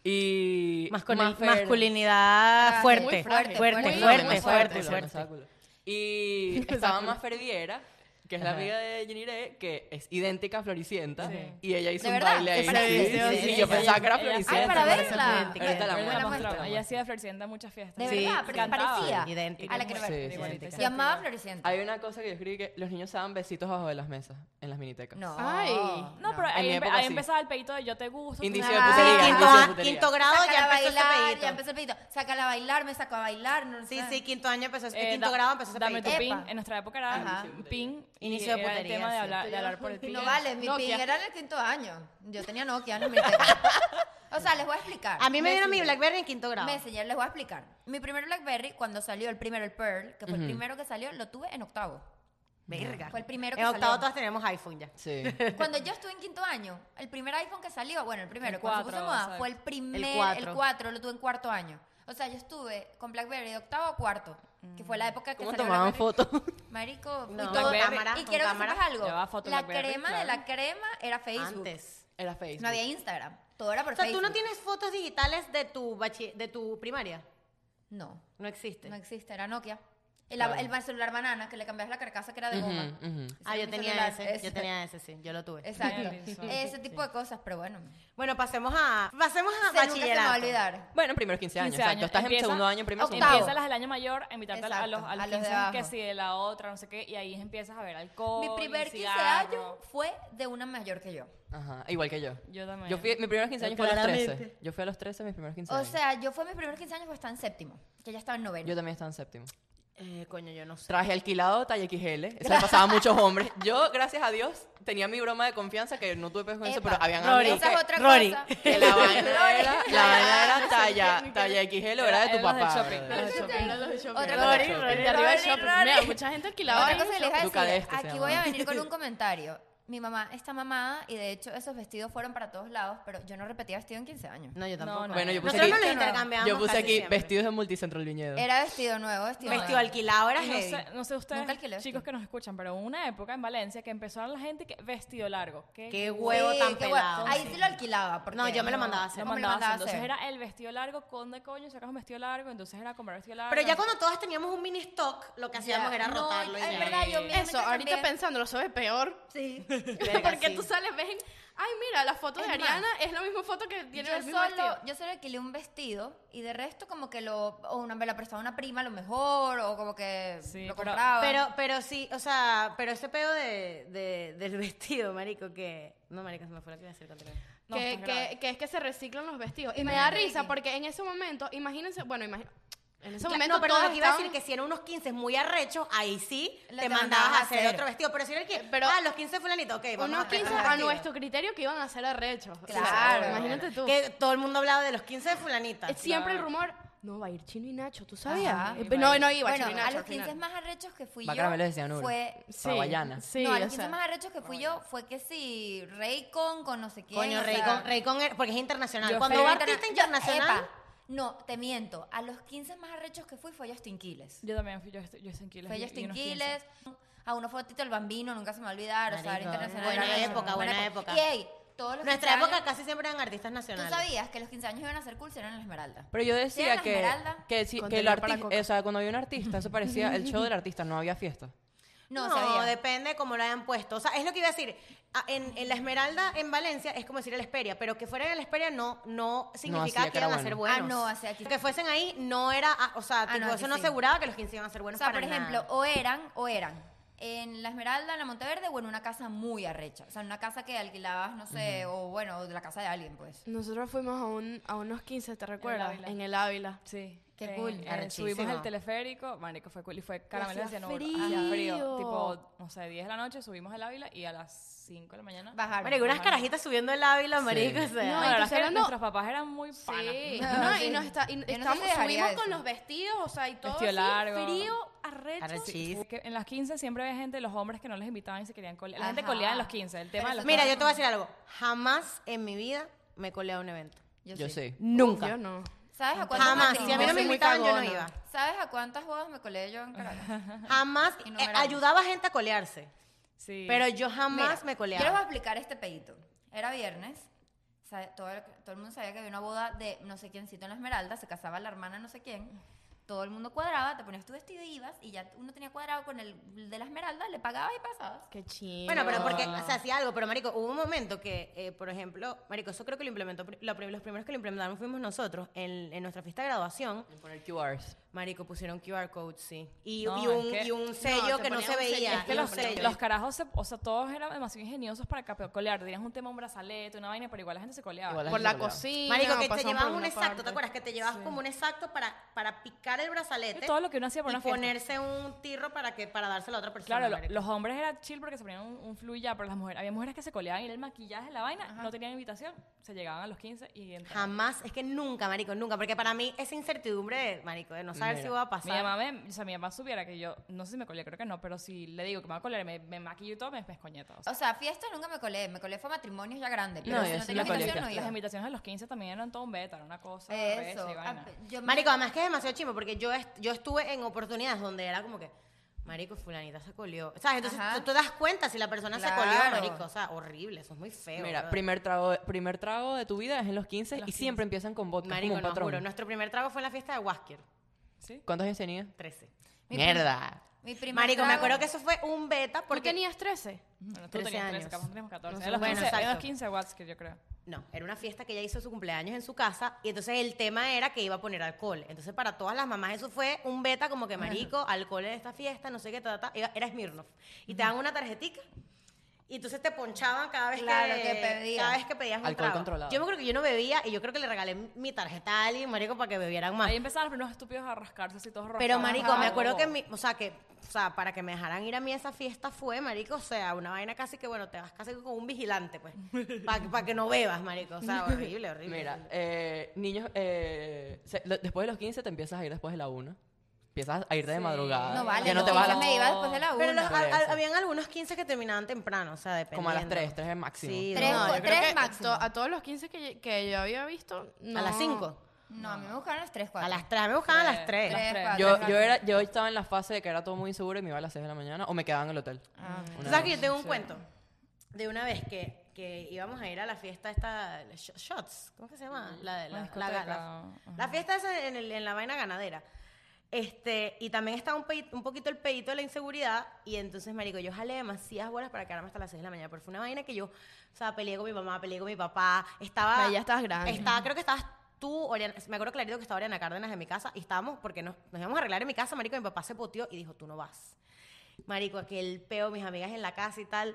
y Maffer- masculinidad fuerte, muy fuerte, fuerte, Muy fuerte, fuerte, fuerte, culo, demasiado culo. Y estaba más Ferdiera, que es la amiga de Jenny Rey, que es idéntica a Floricienta, y ella hizo ¿De un verdad? baile ahí. Esa Sí, edición, sí, sí, sí, yo sí. pensaba que era Ella- ay, Floricienta. para parece verla. idéntica. Ahorita Ahorita la muestro. la muestro. mostramos. Ella hacía Floricienta en muchas fiestas. De verdad, pero se Cantaba. parecía idéntica. a la que Sí, sí, Roberto. idéntica. Llamaba Floricienta. Hay una cosa que yo escribí que los niños se daban besitos bajo de las mesas en las minitecas. No. Ay. No, no, pero ahí, mi empe- época ahí sí. empezaba el pedito de yo te gusto. Indicio de tú me putería, amas. Ah, quinto, sí, a- putería. quinto grado ya a empezó ese bailar, pedito. ya empezó el pedito. Sácala a bailar, me sacó a bailar. No, Sí, sé. sí, quinto año empezó ese, Eh, quinto da- grado empezó ese Dame tu pedito. Epa. pin. En nuestra época era Ajá. pin. y Inicio de era putería, El tema de sí. hablar, de hablar por el pin. No vale, mi Nokia. pin era en el quinto año. Yo tenía Nokia, no me O sea, les voy a explicar. A mí me dieron mi Messenger. Blackberry en quinto grado. Messenger, les voy a explicar. Mi primer Blackberry, cuando salió el primero, el Pearl, que fue el primero que salió, lo tuve en octavo. Verga. Fue el primero que En octavo salió. todas teníamos iPhone ya. Sí. Cuando yo estuve en quinto año, el primer iPhone que salió, bueno, el primero, El cuando se cuatro, puso de moda, o sea, fue el primer, el el cuatro. 4. lo tuve en cuarto año. O sea, yo estuve con BlackBerry de octavo a cuarto, que fue la época que ¿Cómo salió tomaban BlackBerry. fotos? Marico, Mm. No, y todo. Blackberry, y con quiero que cámara. sepas algo. Ya va foto la Blackberry, crema de claro. la crema era Facebook. Antes. Era Facebook. No había Instagram. Todo era por O sea, tú Facebook. no tienes fotos digitales de tu bachi- de tu primaria. No, No existe. no existe, era Nokia. El, el celular banana, que le cambiabas la carcasa que era de Ujú, goma. ujú. Ese ah, era yo mi tenía celular, ese, ese. Yo tenía ese, sí. Yo lo tuve. Exacto. Nelson. Ese tipo de cosas, pero bueno. Bueno, pasemos a. Pasemos a Se nunca se me va a bachillerato. olvidar. Bueno, primero 15 años. 15 exacto. años. Estás en Empieza- segundo año, en primer Octavo. segundo. Empiezas las del año mayor a invitarte a- a los, a Exacto, los a los de 15 que abajo. sí, de la otra, no sé qué, y ahí empiezas a ver alcohol. Mi primer 15 Oh, años cigarro. fue de una mayor que yo. Ajá, igual que yo. Yo también. Yo fui, mis primeros 15 años fue a los Claramente. 13. Yo fui a los 13, mis primeros 15 O años. sea, yo fue mis primeros 15 años, pues estaba en séptimo, que ya estaba en noveno. yo también estaba en séptimo. Eh, coño, yo no sé. Traje alquilado talla XL. Eso le pasaba a muchos hombres. Yo, gracias a Dios, tenía mi broma de confianza que no tuve peso con eso, Epa, pero habían Rory, amigos esa que, es otra Rory. cosa. que la vaina era, la vaina era Ni talla, que- talla XL o era de tu Eran los del papá. shopping, brother. eran del shopping. Otra cosa, Rory, Rory, Rory, de arriba del Rory, shopping. Rory. Mira, mucha gente alquilaba Otra ahí. cosa que les iba a Luca decir, de este se aquí llama. voy a venir con un comentario. Mi mamá está mamada y de hecho esos vestidos fueron para todos lados, pero yo no repetía vestido en 15 años. No, yo No, tampoco. no. Bueno, yo puse Nosotros aquí- no los Yo no. intercambiábamos. Yo puse casi aquí siempre. vestidos de Multicentro El Viñedo. Era vestido nuevo, vestido Vestido nuevo. alquilado era Y no heavy. sé, no sé ustedes, Nunca alquilé chicos vestido. que nos escuchan, pero hubo una época en Valencia que empezaron la gente que vestido largo. que Qué huevo Sí, tan qué huevo. pelado. Ahí sí lo alquilaba. porque No, yo me lo mandaba a no hacer. Lo me mandaba a hacer. Entonces hacer. era el vestido largo, con de coño? Sacas un vestido largo, entonces era comprar vestido largo. Pero ya no sé cuando todas teníamos un mini stock, lo que hacíamos Ya, era no, rotarlo. y Es ya. verdad, yo me Eso, ahorita también. pensándolo, eso es peor. Sí. Verga, Porque sí. tú sales, ven, ay, mira, la foto Es de más, Ariana es la misma foto que tiene yo el mismo solo, vestido. yo solo alquilé un vestido y de resto como que lo o una me la prestaba una prima a lo mejor o como que Sí, lo pero- compraba. Pero, pero sí, o sea, pero ese pedo de, de- del vestido, marico, que... No, marico, se me fue lo que iba a decir contigo. No, que, está grave. que, que es que se reciclan los vestidos. Y me da Imagínate risa que- porque en ese momento, imagínense, bueno, imagínate. En ese Cla- momento no, pero todos lo que iba a decir estaban- que si eran unos 15 muy arrechos, ahí sí Lo te te mandabas mandabas a hacer hacer. otro vestido. Pero si era el que... Eh, pero- ah, los 15 fulanito, ok, vamos unos a hacer 15 otro a vestido. nuestro criterio que iban a ser arrechos. O sea, Claro. imagínate tú. Que todo el mundo hablaba de los 15 de fulanita. Es Siempre el Claro. rumor, no, va a ir Chino y Nacho, ¿tú sabías? Ajá, Eh, iba a no, ir. no iba bueno, Chino y Nacho. a al los final. 15 más arrechos que fui Bacara me lo decía, yo Nubia. fue Sí, Raguayana. Sí, no, a o los 15 sea, más arrechos que fui yo fue que sí, Raycon con no sé quién. Coño, o Rey sea, con, Rey con er- porque es internacional. Yo Cuando pero va interna- artista yo- internacional, epa, no, te miento. A los 15 más arrechos que fui fue Justin Quiles. Yo también fui yo, yo en Quiles. Fue y- y Justin unos 15. Quiles. A uno fue Tito el Bambino, nunca se me va a olvidar. o sea, era Marico, internacional. buena era arrecho, época, buena época. Y hey, todos los nuestra 15 época años- casi siempre eran artistas Tú nacionales. sabías que los 15 años iban a ser cool si eran en la Esmeralda. Pero yo Sí, era decía la que, Esmeralda. que, sí- que el Contenido para artista, Coca. o sea, cuando había un artista, eso parecía el show del artista, no había fiesta. No, No, sabía. depende de cómo lo hayan puesto. O sea, es lo que iba a decir. Ah, En, en la Esmeralda, en Valencia, es como decir la Esperia, pero que fueran de la Esperia no, no significaba hacía que que era iban a bueno. ser buenos. Ah, no, hacía aquí- Que fuesen ahí no era, ah, o sea, Ah, tipo, no, aquí eso no sí. aseguraba que los 15 iban a ser O buenos sea, para por ejemplo, nada. o eran, o eran. En la Esmeralda, en la Monteverde o en una casa muy arrecha. O sea, en una casa que alquilabas, no sé, o bueno, o de la casa de alguien, pues. Nosotros fuimos a, un, a unos 15, ¿te recuerdas? Ávila. En el Ávila. Sí. Qué Eh, cool, eh, arrechísimo. subimos al teleférico, marico, fue cool. Y fue caramelos hacía hacia frío. frío. Hacía frío. Tipo, no sé, 10 de la noche subimos al Ávila y a las 5 de la mañana. Bajaron. Marico, unas carajitas subiendo el Ávila, marico, o sea. No, No, la verdad es incluso que hablando- nuestros papás eran muy panas. Sí. No, No, sí. y nos está, y Yo no sé estamos, si dejaría subimos eso. con los vestidos, o sea, y todo Vestido así, largo. frío, arrecho. Arrechis. Que en las 15 siempre había gente, los hombres que no les invitaban y se querían colear. La gente Ajá. coleaba en los 15. El tema de los Mira, yo te voy a decir algo. Jamás en mi vida me colé a un evento. Yo, sí. sí. Nunca. Yo no. ¿Sabes a cuántas Jamás. Si a mí no me matrimonios- Soy muy invitaban, yo no cagona. iba. ¿Sabes a cuántas bodas me colé yo en Caracas? Jamás. eh, Innumerables. ayudaba a gente a colearse. Sí. Pero yo jamás Mira, me Yo les voy a coleaba. explicar este pedito. Era viernes. sabe- Todo el, todo el mundo sabía que había una boda de no sé quiéncito en la Esmeralda. Se casaba la hermana no sé quién. Todo el mundo cuadraba, te ponías tu vestido y ibas. Y ya uno tenía cuadrado con el de la Esmeralda, le pagabas y pasabas. Qué chido. Bueno, pero porque o sea, hacía algo, pero Marico, hubo un momento que, eh, por ejemplo, Marico, eso creo que lo implementó, pri- lo pri- los primeros que lo implementaron fuimos nosotros en, en nuestra fiesta de graduación. Poner QRs. Marico, pusieron QR code, sí. Y, No, y es un, que- y un No, sello te que no ponían se un sello. veía. Es que y los, un sello. los carajos, se- o sea, todos eran demasiado ingeniosos para capeocolear. Tenías un tema, un brazalete, una vaina, pero igual la gente se coleaba. Igual por la gente lo cocina. Marico, que te pasaban por llevaban un alguna exacto, ¿te parte. acuerdas? Que te llevabas como un exacto para, para picar el brazalete. Y todo lo que uno hacía por y una fiesta. ponerse un tirro para que para dárselo a otra persona. Claro, lo- marico. los hombres eran chill porque se ponían un, un flu y ya, pero las mujeres, había mujeres que se coleaban y era el maquillaje, la vaina, no tenían invitación, se llegaban a los 15 y entraban. Jamás, es que nunca, marico, nunca, porque para mí esa incertidumbre, de, marico, de no saber Mira, si va a Mi pasar. mamá, me, o sea, mi mamá supiera que yo, no sé si me colé, creo que no, pero si le digo que me voy a colar, me, me maquillo y todo, me, me escoñé todo. O sea, O sea, fiestas nunca me colé. Me colé fue matrimonios ya grandes. Pero No, si yo no sí tenía me colé. invitación, no las iba. invitaciones a los 15 también eran todo un beta, era una cosa. Eso. recia y vaina. Ah, yo me- Marico, además que es demasiado chimo, porque yo, est- yo estuve en oportunidades donde era como que, marico, fulanita se colió. ¿Sabes? Entonces Ajá. tú, tú te das cuenta si la persona se colió, Claro. marico. O sea, horrible, eso es muy eh, feo. Mira, bro. primer trago, primer trago de tu vida es en los 15 y siempre empiezan con vodka. Marico, como un no, patrón. juro. Nuestro primer trago fue en la fiesta de Huásquer, ¿Sí? ¿Cuántos años tenías? 13. Mi Mierda. Mi primer Marico, me trago- acuerdo que eso fue un beta ¿Tú porque... tenías 13? Bueno, tú 13 tenías 13, años. capaz teníamos 14. No en los sé, bueno, 15, en los exacto. 15 watts que yo creo. No, era una fiesta que ella hizo su cumpleaños en su casa y entonces el tema era que iba a poner alcohol. Entonces para todas las mamás eso fue un beta como que marico, alcohol en esta fiesta, no sé qué, ta, ta, ta. Era- Era Smirnoff. Y te dan una tarjetica y entonces te ponchaban cada vez Claro, que, que pedías. cada vez que pedías un Alcohol trago. controlado. Yo me acuerdo que yo no bebía y yo creo que le regalé mi tarjeta a alguien, marico, para que bebieran más. Ahí empezaban los primeros estúpidos a rascarse así todos Ah. Pero rascados. marico, me Ah, acuerdo que bobo. mi, o sea, que o sea, para que me dejaran ir a mí a esa fiesta fue, marico, o sea, una vaina casi que bueno, te vas casi con un vigilante, pues, para que no bebas, marico, o sea, horrible, horrible. Mira, eh, niños, eh, se- lo- después de los 15 te empiezas a ir después de la 1. Empiezas a irte de Sí. madrugada. No vale, ya no, no, te vas a yo la me iba después de la Pero una. los- Por a- a- eso. habían algunos 15 que terminaban temprano, o sea, dependiendo. Como a las 3, 3 es máximo. Sí, Tres, no, cu- yo yo creo creo tres que a máximo. to- A, todos los 15 que, que yo había visto, que no. a las 5. No, a mí me buscaron a las 3, 4. A las 3, me buscaban a las Tres, 3. tres. Yo, yo, era, yo estaba en la fase de que era todo muy inseguro y me iba a las 6 de la mañana o me quedaba en el hotel. ¿Tú Ah. Una sabes que vez. yo tengo un cuento de una vez que, que íbamos a ir a la fiesta esta, la Sh- Shots, ¿cómo que se llama? La, de la, la- Una la- discoteca, la fiesta esa en, el- en la vaina ganadera. Este, y también estaba un, pei- un poquito el pedito de la inseguridad. Y entonces, marico, yo jalé demasiadas bolas para quedarme hasta las 6 de la mañana. Pero fue una vaina que yo, o sea, peleé con mi mamá, peleé con mi papá. Estaba... Pero ya estabas grande. Estaba, creo que estabas tú, Oriana, me acuerdo clarito que estaba Oriana Cárdenas en mi casa. Y estábamos, porque nos, nos íbamos a arreglar en mi casa, marico, mi papá se poteó y dijo, tú no vas. Marico, aquel peo, mis amigas en la casa y tal.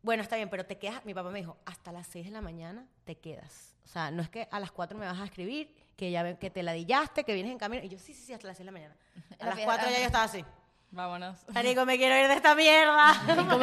Bueno, está bien, pero te quedas. Mi papá me dijo, hasta las 6 de la mañana te quedas. O sea, no es que a las 4 me vas a escribir, que ya ve- que te ladillaste, que vienes en camino. Y yo, sí, sí, sí, hasta las 6 de la mañana. A La las fiesta- 4 ya ajá. yo estaba así. Vámonos. Marico, me quiero ir de esta mierda. ¿Cómo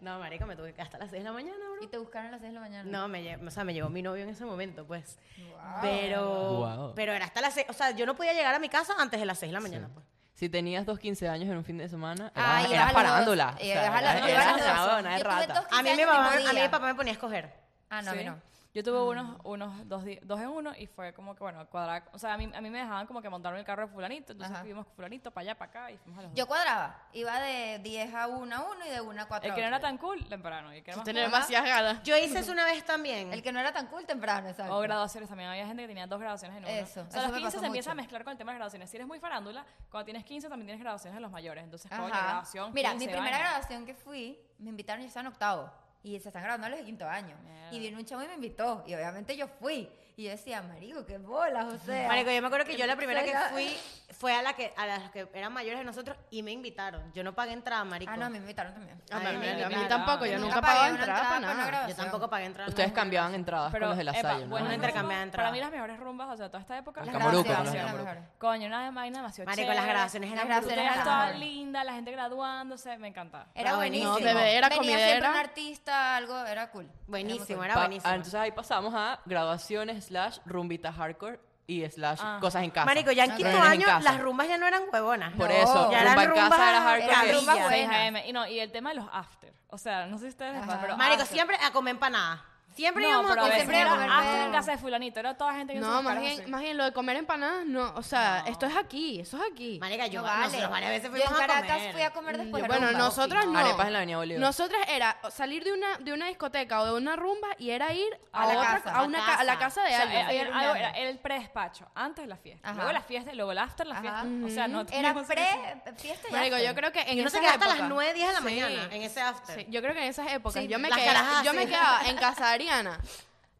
No, marico, me tuve que quedar hasta las 6 de la mañana, Y bro. te buscaron a las 6 de la mañana. No, me, lle- o sea, me llevó mi novio en ese momento, pues. Wow. Pero, Guau. pero era hasta las 6. O sea, yo no podía llegar a mi casa antes de las 6 de la mañana, pues. Si tenías dos 15 años en un fin de semana, Ah, ibas a eras, eras los dos. parándola. Ibas a los- eras- ibas a los eras dos. huevona, Yo eras tuve rata. dos- A mí, 15 mi años mamá, mismo a mí día. mi papá me ponía a escoger. Ah, no, a mí Sí. no. Yo tuve unos, unos dos, di- dos en uno y fue como que, bueno, cuadrar. O sea, a mí, a mí me dejaban como que montarme el carro de Fulanito, entonces Ajá. fuimos con Fulanito para allá, para acá y fuimos a los Yo dos. cuadraba. Iba de 10 a 1 a 1 y de 1 a 4 El a que no era otro. tan cool, temprano. Y el que era más Tener cool. demasiadas ganas. Yo hice eso una vez también. El que no era tan cool temprano, exacto. O graduaciones también. Había gente que tenía dos graduaciones en uno. Eso, O eso sea, a me los 15 pasó se empieza mucho. a mezclar con el tema de graduaciones. Si eres muy farándula, cuando tienes 15 también tienes graduaciones de los mayores. Entonces, coño, Ajá. graduación. Mira, 15, mi primera vaina. graduación que fui, me invitaron y yo estaba en octavo. Y se están graduando los de quinto año. Mierda. Y vino un chavo y me invitó. Y obviamente yo fui. Y yo decía, marico, qué bolas, o sea. ah, Marico, yo me acuerdo que yo la soy primera que la- fui fue a la que a las que eran mayores de nosotros y me invitaron. Yo no pagué entrada, marico. Ah, no, me invitaron también. A mí, Ay, me- marica, a mí claro. tampoco, yo Yo nunca nunca pagaba pagué una entrada para entrada para una nada. Yo tampoco pagué entrada. Ustedes no. cambiaban entradas Pero, con los de la epa, Salle, ¿no? buenas Una rumbas, intercambiada de Para entradas. mí las mejores rumbas, o sea, toda esta época. Las Las Camurucos, grabaciones, las las Camurucos. mejores. Coño, una vaina demasiado Marico, las chévere. grabaciones eran Las brutales. grabaciones Ustedes eran toda mejores. linda, la gente graduándose, me encantaba. Era Ah, buenísimo. buenísimo. No, bebé, era Venía siempre comidera. un artista, algo, era cool. Buenísimo, muy era Pa- buenísimo. ah, entonces ahí pasamos a graduaciones slash rumbita hardcore y slash Ajá. cosas en casa. Marico, ya en No, quinto reuniones en año casa. las rumbas ya no eran huevonas. Por No. eso, ya Ya rumba eran en rumbas casa era hardcore. eran que- rumbas cabilla. 6 buenas. AM. Y, no, y el tema de los after. O sea, no sé si ustedes les pasa, Ajá. pero. Marico, after. siempre a comer empanadas. Siempre Ah, No, íbamos pero a a comer veces siempre era íbamos empanadas. a comer. after en casa de Fulanito. Era toda gente que No, más bien, más bien lo de comer empanadas, no, o sea, esto es aquí, eso es aquí. Marica, yo No vale. nosotros varias veces Yo en fuimos a comer. Caracas fui a comer después de bueno, rumba. nosotras no. Arepas en la Avenida Bolívar. Nosotras era salir de una, de una discoteca o de una rumba y era ir a, A la otra- casa. a una ca- a la casa de alguien. era, seguir rumbeando. era el predespacho, antes de la fiesta, Ajá. luego la fiesta, y luego el after, la Ajá. fiesta. O sea, no Era teníamos eso. pre, fiesta y Marico, after. yo creo que en Yo no sé esas qué hasta las épocas- 9, 10 de la Sí. mañana en ese after. Sí, yo creo que en esas épocas Sí, yo, me las quedé- carajas yo así. me quedaba en casa de Ariana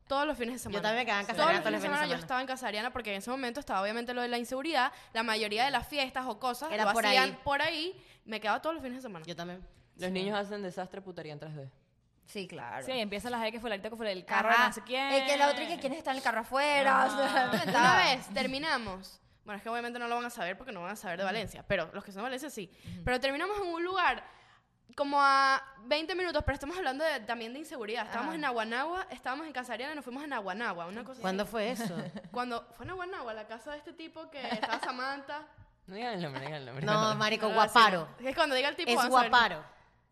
todos los fines de semana. Yo también me quedaba en Todos Casariana los todos fines de los semana, fines yo estaba en Casariana porque en ese momento estaba obviamente lo de la inseguridad. La mayoría de las fiestas o cosas Era lo por hacían ahí. por ahí. Me quedaba todos los fines de semana. Yo también. Los niños hacen desastre putería en 3D. Sí, claro. Sí, y empiezan las de que fue la que fue el carro, de Ajá. no sé quién. Ah. El que la otra y que quién está en el carro afuera. Ah. Una vez terminamos. Bueno, es que obviamente no lo van a saber porque no van a saber de Valencia, pero los que son de Valencia sí. Pero terminamos en un lugar como a 20 minutos, pero estamos hablando de- también de inseguridad. Estábamos Ah. Ajá. en Aguanagua, estábamos en Casariana y nos fuimos a Naguanagua, una cosa ¿Cuándo así. fue eso? Cuando fue en Aguanagua, la casa de este tipo que estaba Samantha. No digan el nombre, digan el nombre. No, marico, Algo así. guaparo. Es cuando diga el tipo. Es vamos a ver. guaparo.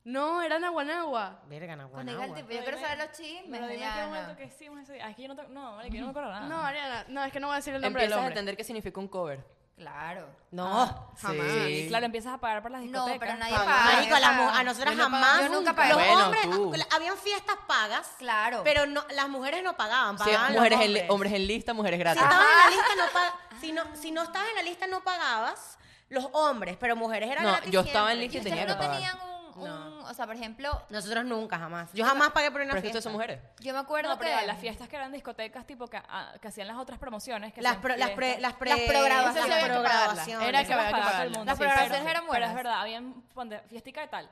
No, era en Aguanagua. Verga, no, Cuando diga el tipo, guanagua. Pero yo quiero dime- saber los Pero chismes. dime en qué momento Diana. que hicimos ese día. Ay, Es que yo no, te- no, vale, que yo no me acuerdo nada. No, Ariana, no, es que no voy a decir el nombre Empiezas a del hombre. entender qué significa un cover. Claro. No. Jamás. Ah, Sí, claro, empiezas a pagar por las No, discotecas. pero nadie Jamás. paga. Marico, a, las mu- a nosotras Yo no jamás. pago- Yo nunca pagué. Los Bueno, hombres, tú. la- habían fiestas pagas. Claro. Pero no, las mujeres no pagaban. Sí, pagaban los mujeres en li- hombres. hombres en lista, mujeres Si gratis. estabas en la lista, no pag- si, no, si no estabas en la lista, no pagabas. Los hombres, pero mujeres eran No, gratis yo estaba en siempre. lista ¿Y y ustedes tenía no que pagar. tenían un, un- o sea, por ejemplo, Nosotros nunca, jamás. Yo jamás pagué por una Pero es que fiesta. ustedes son mujeres. yo me acuerdo No, pero que ya, las fiestas que eran discotecas, tipo que, ah, que hacían las otras promociones. Que Las, hacían pro- las, pre- fiestas. las, pre- Las programaciones. las Esas había que pagarlas. programaciones. Era que Esas había que pagadas todo el pagarlas. mundo, Las sí, programaciones pero- eran Pero buenas. es verdad, habían ponte, fiestica de tal.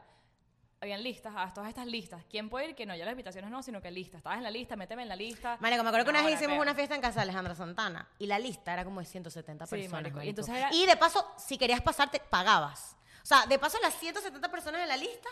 Habían listas, ah, todas estas listas. ¿Quién puede ir? Que no, ya las invitaciones no, sino que lista. Estabas en la lista, méteme en la lista. Marico, me acuerdo que una No, vez era hicimos peor. una fiesta en casa de Alejandra Santana y la lista era como de 170 Sí, personas. marico, y marico. entonces era- Y de paso, si querías pasar, te pagabas. O sea, de paso, las 170 personas en la lista,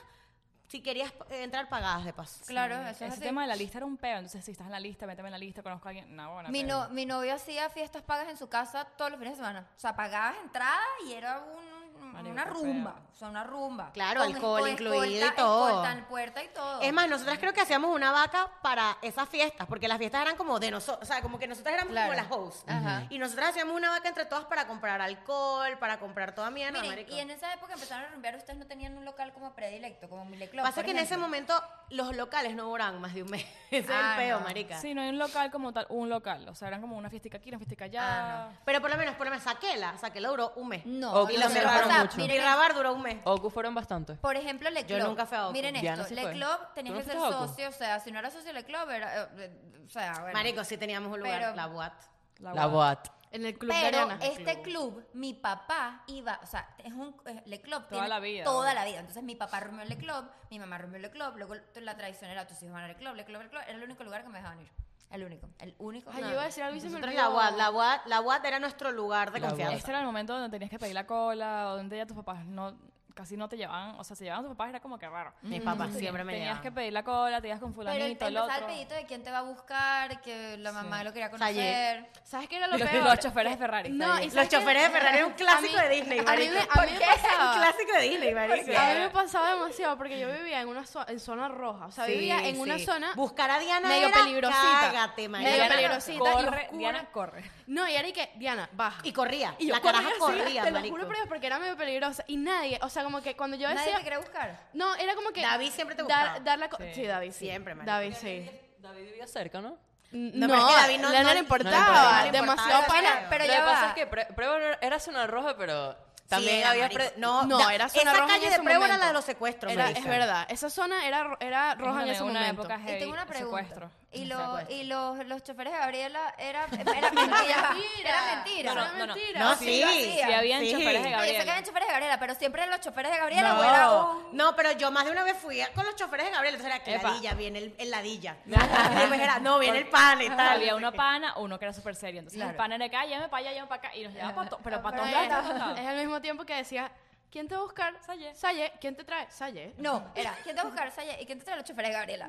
si querías eh, entrar, pagabas de paso. claro, eso es Ese así. tema de la lista era un peo. Entonces, si estás en la lista, méteme en la lista, conozco a alguien. No, bueno, Mi, peor. no- mi novio hacía fiestas pagas en su casa todos los fines de semana. O sea, pagabas entradas y era un- un- Marico, una qué rumba. feo. O sea, una rumba. Claro, alcohol incluido y escolta- todo. Escolta en puerta y todo. Es más, nosotras creo que hacíamos una vaca para esas fiestas, porque las fiestas eran como de nosotros, o sea, como que nosotras éramos Claro. como las hosts. Ajá. Y nosotras hacíamos una vaca entre todas para comprar alcohol, para comprar toda mierda, Miren, marico. y en esa época empezaron a rumbear, ustedes no tenían un local como predilecto, como Mile Club, Pasa por que en ese ejemplo. momento los locales no duran más de un mes. Ese Ah, es el peo, no. marica. Sí, no hay un local como tal, un local. O sea, eran como una fiestica aquí, una fiestica allá. Ah, Pero por lo menos, por lo menos, Saquela, Saquela duró un mes. No, O que Y lo lo nosotros- cerraron cerraron mucho. mucho. miren Y Rabar duró un mes. Ocu fueron bastantes. Por ejemplo, Le Yo Club. nunca fui a Oco. Miren Diana esto, sí Le fue. Club ¿Tú tenías no que ser fuiste a Oco? socio, o sea, si no eras socio de Le Club, era, eh, eh, o sea, bueno. Marico, sí teníamos un lugar, Pero- la Boat. La boat. En el club de Pero Ariana. este club, mi papá iba, o sea, es un eh, Le Club Toda tiene la vida, Toda obvio. la vida. Entonces mi papá rumió Le Club, mi mamá rumió Le Club, luego la tradición era tus hijos van a Le Club, Le Club, Le Club, era el único lugar que me dejaban ir. El único, el único. Ay, yo iba a decir algo y se me Nosotros olvidó. la Boat, la Boat, la Boat era nuestro lugar de La confianza. Este era el momento donde tenías que pedir la cola, donde ya tus papás no casi no te llevaban, o sea, se llevaban a tus papás era como que raro. Mis papás siempre me Tenías llevaban. que pedir la cola, te ibas con Pero el- fulanito, el empezaba el otro. pedito de quién te va a buscar, que la mamá lo quería sea, ayer- conocer. ¿Sabes qué era lo Los- peor? los choferes de Ferrari, No, está y bien. ¿sabes Los qué? choferes de Ferrari era un clásico A mí- de Disney, a mí marico. me- a mí me Un pasaba. clásico de Disney, marico. A mí me pasaba demasiado porque yo vivía en una zo- en zona roja. O sea, Sí, vivía en una sí. zona Buscar a Diana medio era, peligrosita. cágate, marica. Medio Diana peligrosita y corre, oscura. Diana corre. No, y era y que, Diana, baja. Y corría. Y yo la caraja así, corría, te lo marico. juro por Dios, porque era medio peligrosa. Y nadie, o sea, como que cuando yo Nadie decía... te quería buscar. No, era como que... David siempre te dar- buscaba. dar la co- sí. Sí. David sí. Siempre, marico. David sí. David vivía cerca, ¿no? No, pero es que David no- le- no- le no le importaba. importaba. Demasiado Pero pana. mira, Pero lo ya que pasa va. es que Pre- Prevo era zona roja, pero también era, había... marico. Pre- no, No, da- era zona Esa roja en calle de ese prueba era momento. la de los secuestros, Era- marica. es verdad, esa zona era, era roja en una- ese una momento. época Y tengo una Hey, pregunta. secuestro. Y, Un lo- secuestro. y los, los choferes de Gabriela era, era mentira. Era No, mentira. no, Era no. mentira. No, Sí, sí. lo hacía. Sí, habían Sí. choferes de No, yo sé que Gabriela. eran choferes de Gabriela, pero siempre los choferes de Gabriela No, era un- no, pero yo más de una vez fui a- con los choferes de Gabriel, entonces era que Epa. ladilla, viene el, el ladilla. Y después era, no, viene el pan y tal. Había uno pana, uno que era súper serio. Entonces el Claro. pana era acá, llévame para allá, llévame para acá. Y nos llevaba para todos, pero para Pero todos es, lados. para todos es al lados. mismo tiempo que decía, ¿quién te va a buscar? Saye. Saye. ¿Quién te trae? Saye. No, era, ¿quién te va a buscar? Saya? ¿Y quién te trae los choferes de Gabriela?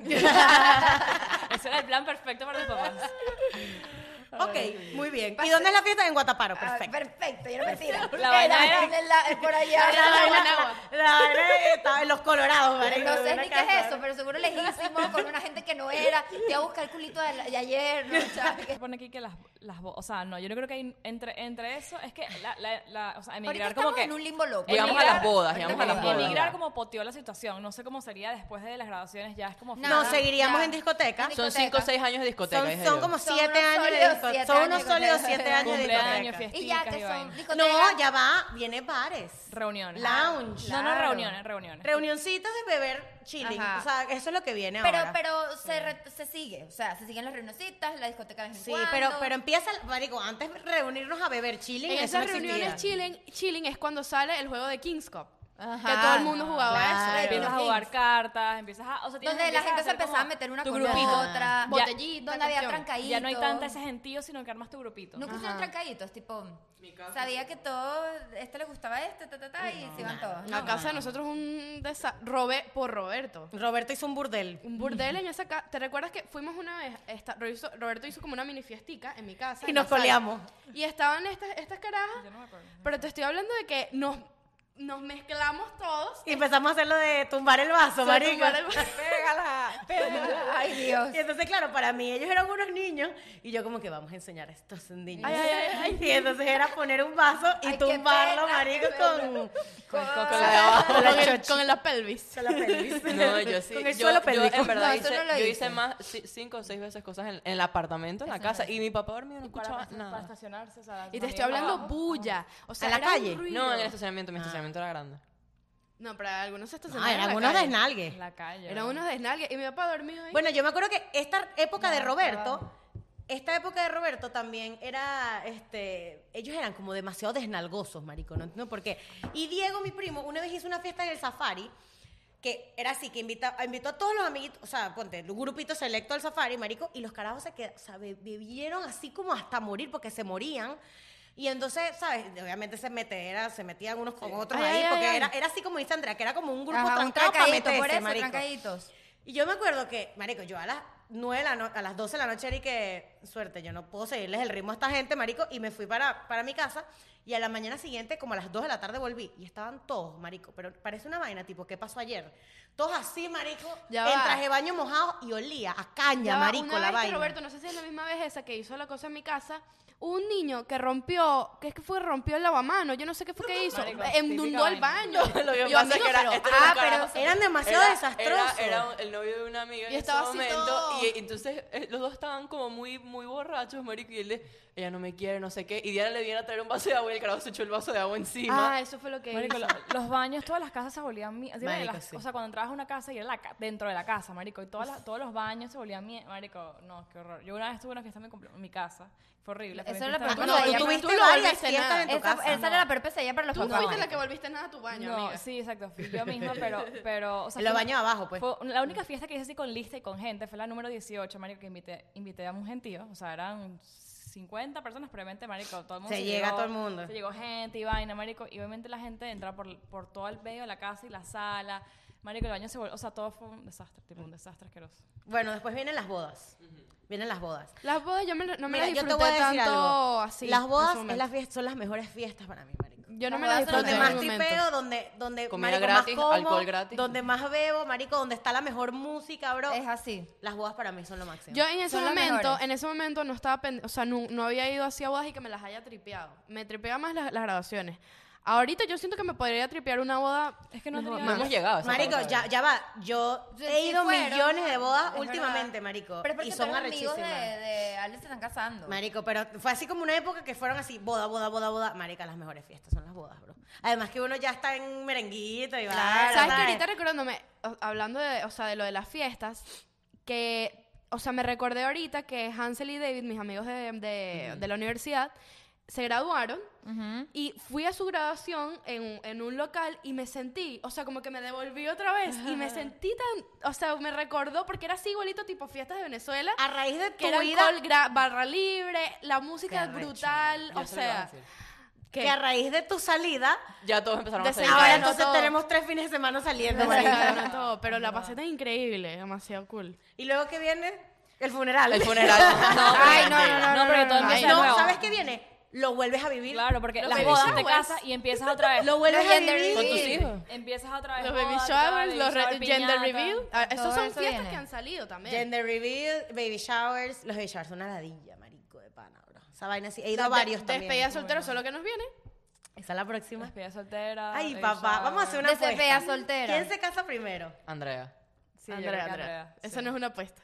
Ese era el plan perfecto para los papás. Ok, muy bien. ¿Y dónde es la fiesta? En Guataparo, Ah, perfecto. perfecto, yo era mentira. La vaina era- en la- en por allá. La vaina- la vaina estaba en los colorados, marico, No sé en una ni qué es casa. eso, pero seguro lejísimo, con una gente que no era. Te iba a buscar el culito de, la- de ayer, ¿no? Chao. Pone aquí que las, las bo- o sea, no, yo no creo que hay entre, entre eso, es que la, la, la- o sea, Ahorita emigrar como estamos que en un limbo loco. Llegamos a Emigrar- las bodas, llegamos a las Emigrar- bodas. emigrar como poteó la situación, no sé cómo sería después de las graduaciones, ya es como No, No, Nada, seguiríamos ya. en discoteca. En Son discoteca. cinco o seis años de discoteca. Son, dije son yo. como Son siete unos años de sólidos son- siete son unos años con sólidos el- siete años de Cumpleaños, discoteca. Y ya fiesticas que y son vainas. discotecas. No, ya va, viene bares. Reuniones. Lounge. No, no, Claro. reuniones, reuniones. Reunioncitas de beber chilling. Ajá. O sea, eso es lo que viene Pero, ahora. pero se, re- se sigue, o sea, se siguen las reunioncitas, la discoteca de vez en Sí, cuando. pero, pero empieza, marico, antes de reunirnos a beber chilling, En eso no esas reuniones existía. chilling, chilling es cuando sale el juego de Kings Cup. Ajá. que todo el mundo jugaba Claro. eso. Empiezas a Los jugar kings. cartas, empiezas a. O sea, tienes- Donde la empiezas gente se hacer empezaba a como meter una tu con grupito. otra. Ya- Botellita, Donde había cuestión. trancaditos. Ya no hay tanta ese gentío, sino que armas tu grupito. Nunca hicieron trancaditos, tipo... Sabía que todo... Este le gustaba a este, ta, ta, ta, y se iban todos. La casa de nosotros es un desastre. Robé por Roberto. Roberto hizo un burdel. Mm. Un burdel en esa casa. ¿Te recuerdas que fuimos una vez? esta- Ro- hizo- Roberto hizo como una mini fiestica en mi casa. Y en nos la sala. coleamos. Y estaban estas, estas carajas. Yo no me acuerdo. Pero te estoy hablando de que nos, nos mezclamos todos. Y empezamos a hacer lo de tumbar el vaso, marico. tumbar el vaso. Pégala, pégala. Ay, Dios. Y entonces, claro, para mí ellos eran unos niños y yo como que vamos a enseñar a estos niños. Ay, ay, ay, Y entonces era poner un vaso y Ay, qué tumbarlo, pena, marico, qué con, Con, con- con la de abajo. con, la el, chochi. con la pelvis. con la pelvis. No, yo sí. Con el yo, suelo yo, pelvis. en verdad No, eso hice, no lo yo hice. hice más, ci- cinco o seis veces cosas en, en el apartamento, en la casa. Y mi papá dormido no escuchaba Para nada. estacionarse, o Y sea, te también estoy hablando abajo. bulla. O sea, ¿A la era un calle? ruido. No, en el estacionamiento. Mi estacionamiento era grande. No, pero algunos se estacionaban. Ah, en la eran unos calle. desnalgues. En la calle. Eran unos desnalgues. Y mi papá dormido ahí. Bueno, yo me acuerdo que esta época de Roberto, esta época de Roberto también era, este, ellos eran como demasiado desnalgosos, marico, no entiendo por qué. Y Diego, mi primo, una vez hizo una fiesta en el Safari, que era así, que invita, invitó a todos los amiguitos, o sea, ponte, un grupito selecto al Safari, marico, y los carajos se quedaron, o sea, be- bebieron así como hasta morir, porque se morían. Y entonces, ¿sabes? Obviamente se metera, se metían unos con otros Ay, ahí, ay, ay, porque ay. era, era así como dice Andrea, que era como un grupo Ajá, un trancado para trancadito, meterse, por eso, marico. trancaditos. Y yo me acuerdo que, marico, yo a las 9 de la no- a las 12 de la noche era y que, suerte, yo no puedo seguirles el ritmo a esta gente, marico, y me fui para, para mi casa y a la mañana siguiente, como a las 2 de la tarde volví y estaban todos, marico, pero parece una vaina, tipo, ¿qué pasó ayer? Todos así, marico, Ya en va. traje de baño mojado y olía a Ya caña, va, marico, una la vez que vaina. Roberto, no sé si es la misma vez esa que hizo la cosa en mi casa, hubo un niño que rompió, que es que fue rompió el lavamano, yo no sé qué fue que hizo, Marico, eh, inundó típica el baño. vaina. Lo que Yo, pasa es "Amigo, que era- pero- esto ah, era pero carajo. Eran demasiado Era- desastrosos. Era, era un- el novio de una amiga Y en ese estaba así momento. todo. Y, y entonces eh, los dos estaban como muy, muy borrachos, marico. Y él de, ella no me quiere, no sé qué. Y Diana le viene a traer un vaso de agua y el carajo se echó el vaso de agua encima. ah, eso fue lo que Marico, hizo. lo- los baños, todas las casas se volvían mierda. Marico, sí. O sea, cuando entrabas a una casa y era la ca- dentro de la casa, marico, y todas las- todos los baños se volvían mierda. Marico, no, qué horror. Yo una vez tuve una fiesta en mi, cumple- en mi casa. Fue horrible. fue Eso mi fiesta era la de pregunta Ah, no, de tú ella, tuviste pero tú no varias volviste fiestas nada. en tu Esa, casa. esa era la peor pesadilla para los Tú papás. fuiste la que volviste nada a tu baño, No, amiga. sí, exacto. Fui yo misma, pero. pero o sea, En los fue- baños abajo, pues. Fue la única fiesta que hice así con lista y con gente fue la número 18, Marico, que invité, invité a un gentío. O sea, eran 50 personas, pero obviamente, Marico, todo el mundo. Se llega todo el mundo. Se llegó gente y vaina, Marico. Y obviamente la gente entra por, por todo el medio de la casa y la sala. Marico, el baño se volvió. O sea, todo fue un desastre, tipo un desastre asqueroso. Bueno, después vienen las bodas. Vienen las bodas. Las bodas yo me- no me Mira, las yo te disfruté voy a decir tanto algo. así. Las bodas en su es las momento. fiestas- son las mejores fiestas para mí, marico. Yo no Las me las bodas son las donde disfruté en mejores. más el momento. tripeo, donde, donde Comida marico, gratis, más como, alcohol gratis. donde más bebo, marico, donde está la mejor música, bro. Es así. Las bodas para mí son lo máximo. Yo en ese Son las momento, mejores. en ese momento no estaba, pen- o sea, no, no había ido así a bodas y que me las haya tripeado. Me tripea más las, las graduaciones. Ahorita yo siento que me podría tripear una boda. Es que no Las tenía- No bodas. hemos llegado. a esa marico, parte. ya, ya va. Yo Sí, he sí ido fueron, millones de bodas es últimamente, verdad. marico. Pero es porque y son todos los amigos arrechísimas. de, de Alex se están casando. Marico, pero fue así como una época que fueron así, boda, boda, boda, boda. Marica, las mejores fiestas son las bodas, bro. Además que uno ya está en merenguito y va. ¿Sabes que ahorita recordándome, o- hablando de, o sea, de lo de las fiestas, que, o sea, me recordé ahorita que Hansel y David, mis amigos de, de- de la universidad, se graduaron Ujú. y fui a su graduación en, un- en un local y me sentí, o sea, como que me devolví otra vez y me sentí tan, o sea, me recordó porque era así igualito tipo fiestas de Venezuela. A raíz de que Ah, tu era vida, alcohol, gra- barra libre, la música Qué arrecho, brutal, Yo o se lo iba a sea, decir. que a raíz de tu salida, Ya todos empezaron a De salir. Desencadenó ahora entonces todo. tenemos tres fines de semana saliendo, marica. desencadenó todo, pero la pasé tan increíble, demasiado cool. Y luego que viene el funeral. El funeral. No, Ay, no, no, no, No, no, pero no, todo no, empieza ay, de no, nuevo. ¿sabes qué viene? Lo vuelves a vivir. Claro, porque Los las baby bodas te showers. casas y empiezas otra vez. Lo vuelves Los a gender vivir. Con tus hijos. Empiezas otra vez. Los baby bodas, otra vez, showers, los re- baby shower, gender piñata. reveal, ah, Todo esos son eso fiestas viene. que han salido también. Gender reveal, baby showers. Los baby showers son una ladilla, marico, de pana, bro. Esa vaina sí. He ido a De- varios también. Despedida soltero, solo que nos viene. Esa es la próxima. Despedida soltera. Ay, baby papá, shower. vamos a hacer una Despedida apuesta. soltera. ¿Quién se casa primero? Andrea. Sí, yo creo Andrea, que Andrea. Andrea, Eso sí. no es una apuesta.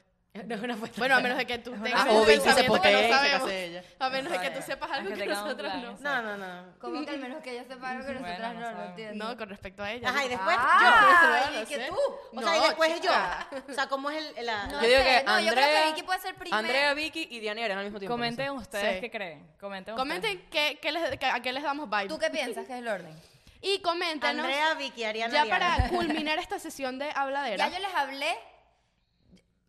No es una apuesta. Bueno, a menos de que tú tengas Ah, un o Vicky se pensamiento que pokee y no se sabemos. case ella. A menos de que tú sabemos. sepas A algo que que tengamos nosotros planes. No, no. no, no. Como que al menos que ella sepa algo que Bueno, nosotras no no, no sabemos. entiendo. No, con respecto a ella. Ajá, y no. después Ah, yo. y que No sé. tú. yo. O sea, y No, después chica. yo. O sea, ¿cómo es el, la- No Yo digo sé, que no, yo creo que Andrea- Vicky puede ser primero. Andrea, Vicky y Diana eran al mismo tiempo. no Comenten sé. ustedes Sí. qué creen. Comenten. ustedes. Comenten qué, qué les, a qué les damos vibe. ¿Tú qué piensas que es el orden? Y coméntenos, Andrea, Vicky, Ariana, ya Diana. para culminar esta sesión de habladera. Ya yo les hablé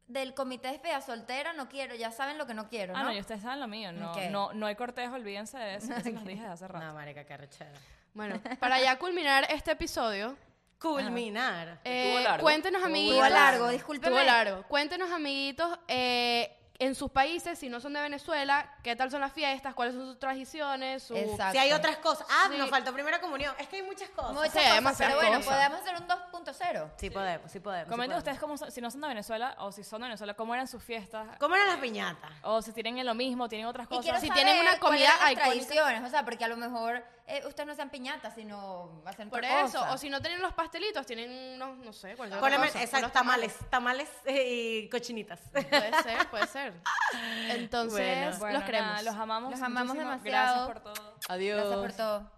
del comité de despedida soltera, no quiero, ya saben lo que no quiero, Ah, ¿no? no, y ustedes saben lo mío. No, Ok. no, no hay cortejo, olvídense de eso. Eso los dije desde hace No, rato. marica, qué arrechera. Bueno, para ya culminar este episodio, Culminar. eh, largo. cuéntenos, amiguitos. Estuvo largo, Estuvo discúlpeme. largo. Cuéntenos, amiguitos, eh, en sus países, si no son de Venezuela, qué tal son las fiestas, cuáles son sus tradiciones, su... Exacto. Si hay otras cosas. Ah, Sí. nos faltó primera comunión. Es que hay muchas cosas. Muchas Sí, hay cosas, demasiadas pero bueno, cosas. podemos hacer un 2.0. Sí podemos, sí podemos. sí podemos. Comenten ustedes cómo son- si no son de Venezuela o si son de Venezuela, cómo eran sus fiestas. ¿Cómo eran las piñatas? O si tienen lo mismo, tienen otras Y quiero cosas. si saber tienen una cuáles comida eran las icónica. tradiciones, o sea, porque a lo mejor eh, ustedes no sean piñatas, sino hacen Por otra eso, cosa. o si no tienen los pastelitos, tienen unos, no sé, cualquier otra Poneme- cosa. exacto, Unos tamales, tamales eh, y cochinitas. Puede ser, puede ser. Entonces, Bueno, los Bueno, queremos. nada, los amamos. Los amamos muchísimo. demasiado. Gracias por todo. Adiós. Gracias por todo.